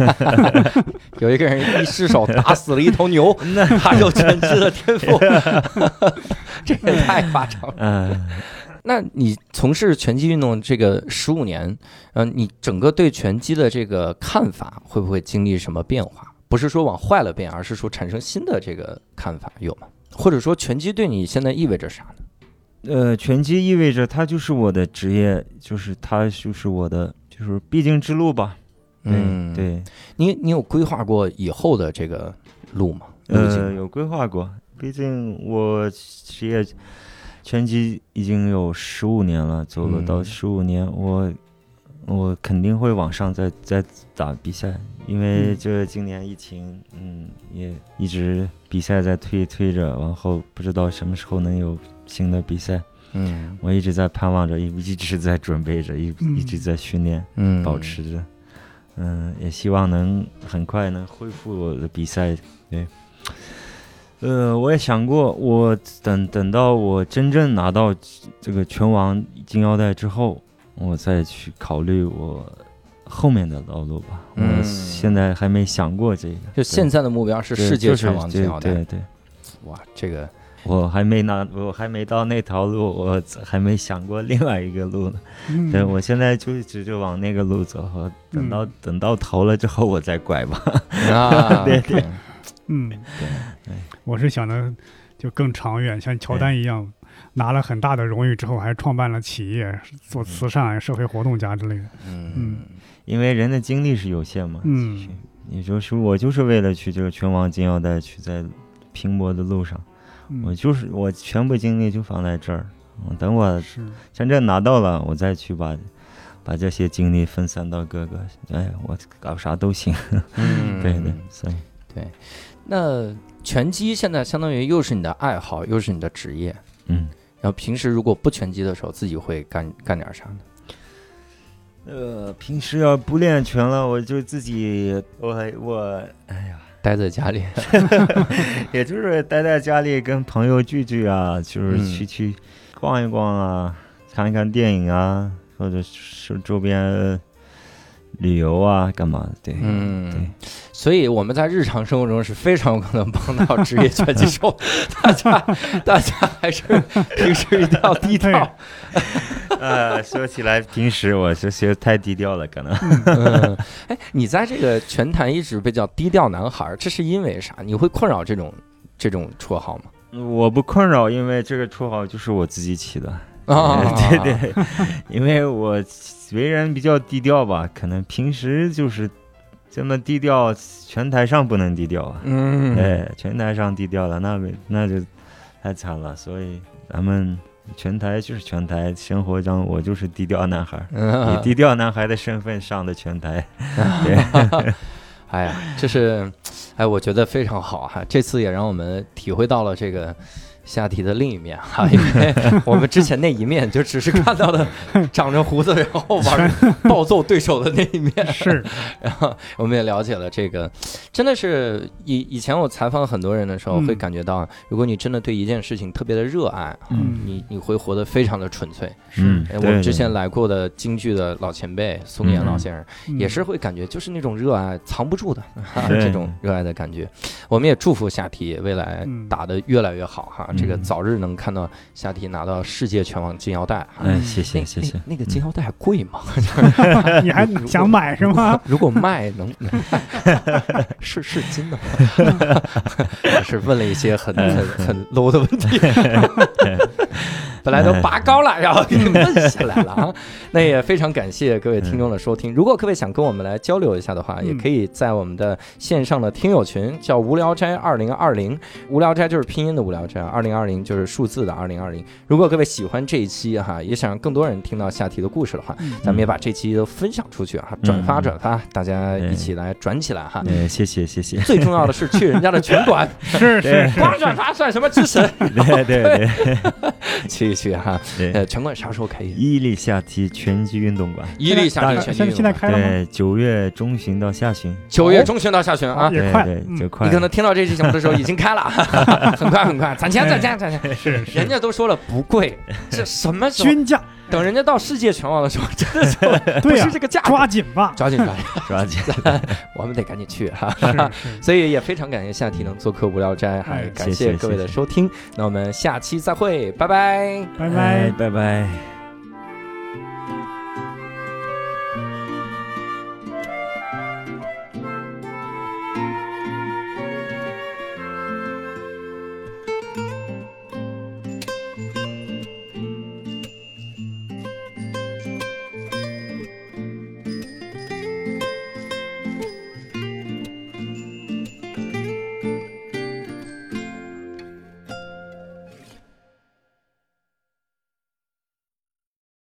有一个人一失手打死了一头 牛，
那
他有拳击的天 赋，这也太夸张了。
嗯，
那你从事拳击运动这个十五年，呃，你整个对拳击的这个看法会不会经历什么变化？不是说往坏了变，而是说产生新的这个看法有吗？或者说拳击对你现在意味着啥呢？
呃，拳击意味着它就是我的职业，就是它就是我的就是必经之路吧。对、
嗯，，
对，
你你有规划过以后的这个路吗？路
呃，
径啊吗
有规划过，毕竟我职业拳击已经有十五年了，走了
嗯
到十五年，我我肯定会往上再再打比赛，因为
嗯
这今年疫情，嗯，也一直比赛在推推着，然后不知道什么时候能有新的比赛，
嗯
我一直在盼望着，一一直在准备着，一一直
嗯
在训练。
嗯，
保持着。嗯，也希望能很快能恢复我的比赛。对，呃，我也想过，我等等到我真正拿到这个拳王金腰带之后，我再去考虑我后面的道路吧。
嗯
我现在还没想过这个。
就现在的目标是
对
世界
就是
拳王
这
锦标赛。
对对，
哇，啊这个
我还没拿，我还没到那条路，我还没想过另外一个路呢。
嗯，
对，我现在就一直就往那个路走，我等到、
嗯
等到头了之后我再拐吧。
啊，
对
对，
嗯，我是想的就更长远，像乔丹一样，拿了很大的荣誉之后，还创办了企业，做慈善、社会活动家之类的。
嗯，
因为人的精力是有限嘛，
嗯
其实也就是我就是为了去这个拳王金腰带去在拼搏的路上，
嗯
我就是我全部精力就放在这儿，嗯等我
是，
真正拿到了，我再去把把这些精力分散到各个，哎，我搞啥都行，
嗯
对对，所以
那拳击现在相当于又是你的爱好，又是你的职业。
嗯。
然后平时如果不拳击的时候，自己会干干点啥呢？
呃，平时要不练拳了，我就自己，我我，哎呀，
待在家里，
也就是待在家里跟朋友聚聚啊，就是
嗯
去去逛一逛啊，看一看电影啊，或者是周边旅游啊，干嘛的？对，对
嗯，所以我们在日常生活中是非常有可能帮到职业拳击手，大家大家还是平时一定要低调。
呃，说起来，平时我是学太低调了，可能。
嗯， 哎，你在这个拳坛一直被叫低调男孩儿，这是因为啥？你会困扰这种这种绰号吗？
我不困扰，因为这个绰号就是我自己起的。
啊，
对对，因为我为人比较低调吧，可能平时就是这么低调，拳台上不能低调啊。
嗯，
哎，拳台上低调了，那没那就太惨了。所以咱们拳台就是拳台，生活中我就是低调男孩儿，
嗯
以低调男孩的身份上的拳台。
哎呀，这是，哎，我觉得非常好哈、这次也让我们体会到了这个下体的另一面哈、因 为我们之前那一面就只是看到了长着胡子，然后玩 暴揍对手的那一面，
是，
然后我们也了解了这个，真的是以以前我采访很多人的时候，
嗯
会感觉到，如果你真的对一件事情特别的热爱，
嗯
你你会活得非常的纯粹。
嗯
哎，我
对
们之
对
前来过的京剧的老前辈宋岩老
嗯
先生，
嗯
也是会感觉就是那种热爱藏不住的、哈，
对
这种热爱的感觉。我们也祝福下体未来
嗯
打得越来越好哈，
嗯
这个早日能看到下体拿到世界拳王金腰带哈。
哎，谢谢
那
谢谢 嗯
那。那个金腰带还贵吗？
你还想买是吗？
如果卖能 是是金 的吗？我是问了一些很很
嗯
很 low 的问 题，本来都拔高了，然后给问下来了
嗯
啊。 那也非常感谢各位听众的收听。如果各位想跟我们来交流一下的话，
嗯
也可以在我们的线上的听友群叫“无聊斋二零二零”，无聊斋就是拼音的无聊斋，二零二零就是数字的二零二零。如果各位喜欢这一期哈，也想让更多人听到下题的故事的话，
嗯
咱们也把这期都分享出去啊，转发
嗯
转发，大家一起来转起来哈。
哎，谢谢 谢谢。
最重要的是 去人家的拳馆，
是
对
是是，
光转发算什么支 持？
对对对
去一去哈，
对。
呃，拳馆啥时候开业？
伊犁下体拳击运动馆，
伊犁下地拳击
现在
运
现
动
在
馆，
开了吗？
对，九月中旬到下旬，
九月中旬到下旬啊。
也
对
快，
对，就
嗯，
快
你
了。
可能听到这期节目的时候已经开 了，很快很快，攒钱攒钱攒钱，
是是
人家都说了不 贵，这什么时候？
均价，
等人家到世界拳王的时候，真的就不
对啊呀
是这个价格，
抓紧吧。
抓紧抓紧，
抓紧。
我们得赶紧去哈。
是 是，
所以也非常感谢夏提能做客无聊斋，还
哎
感
谢谢
谢各位的
谢谢
收听。那我们下期再会，拜拜。
拜拜。
哎拜拜。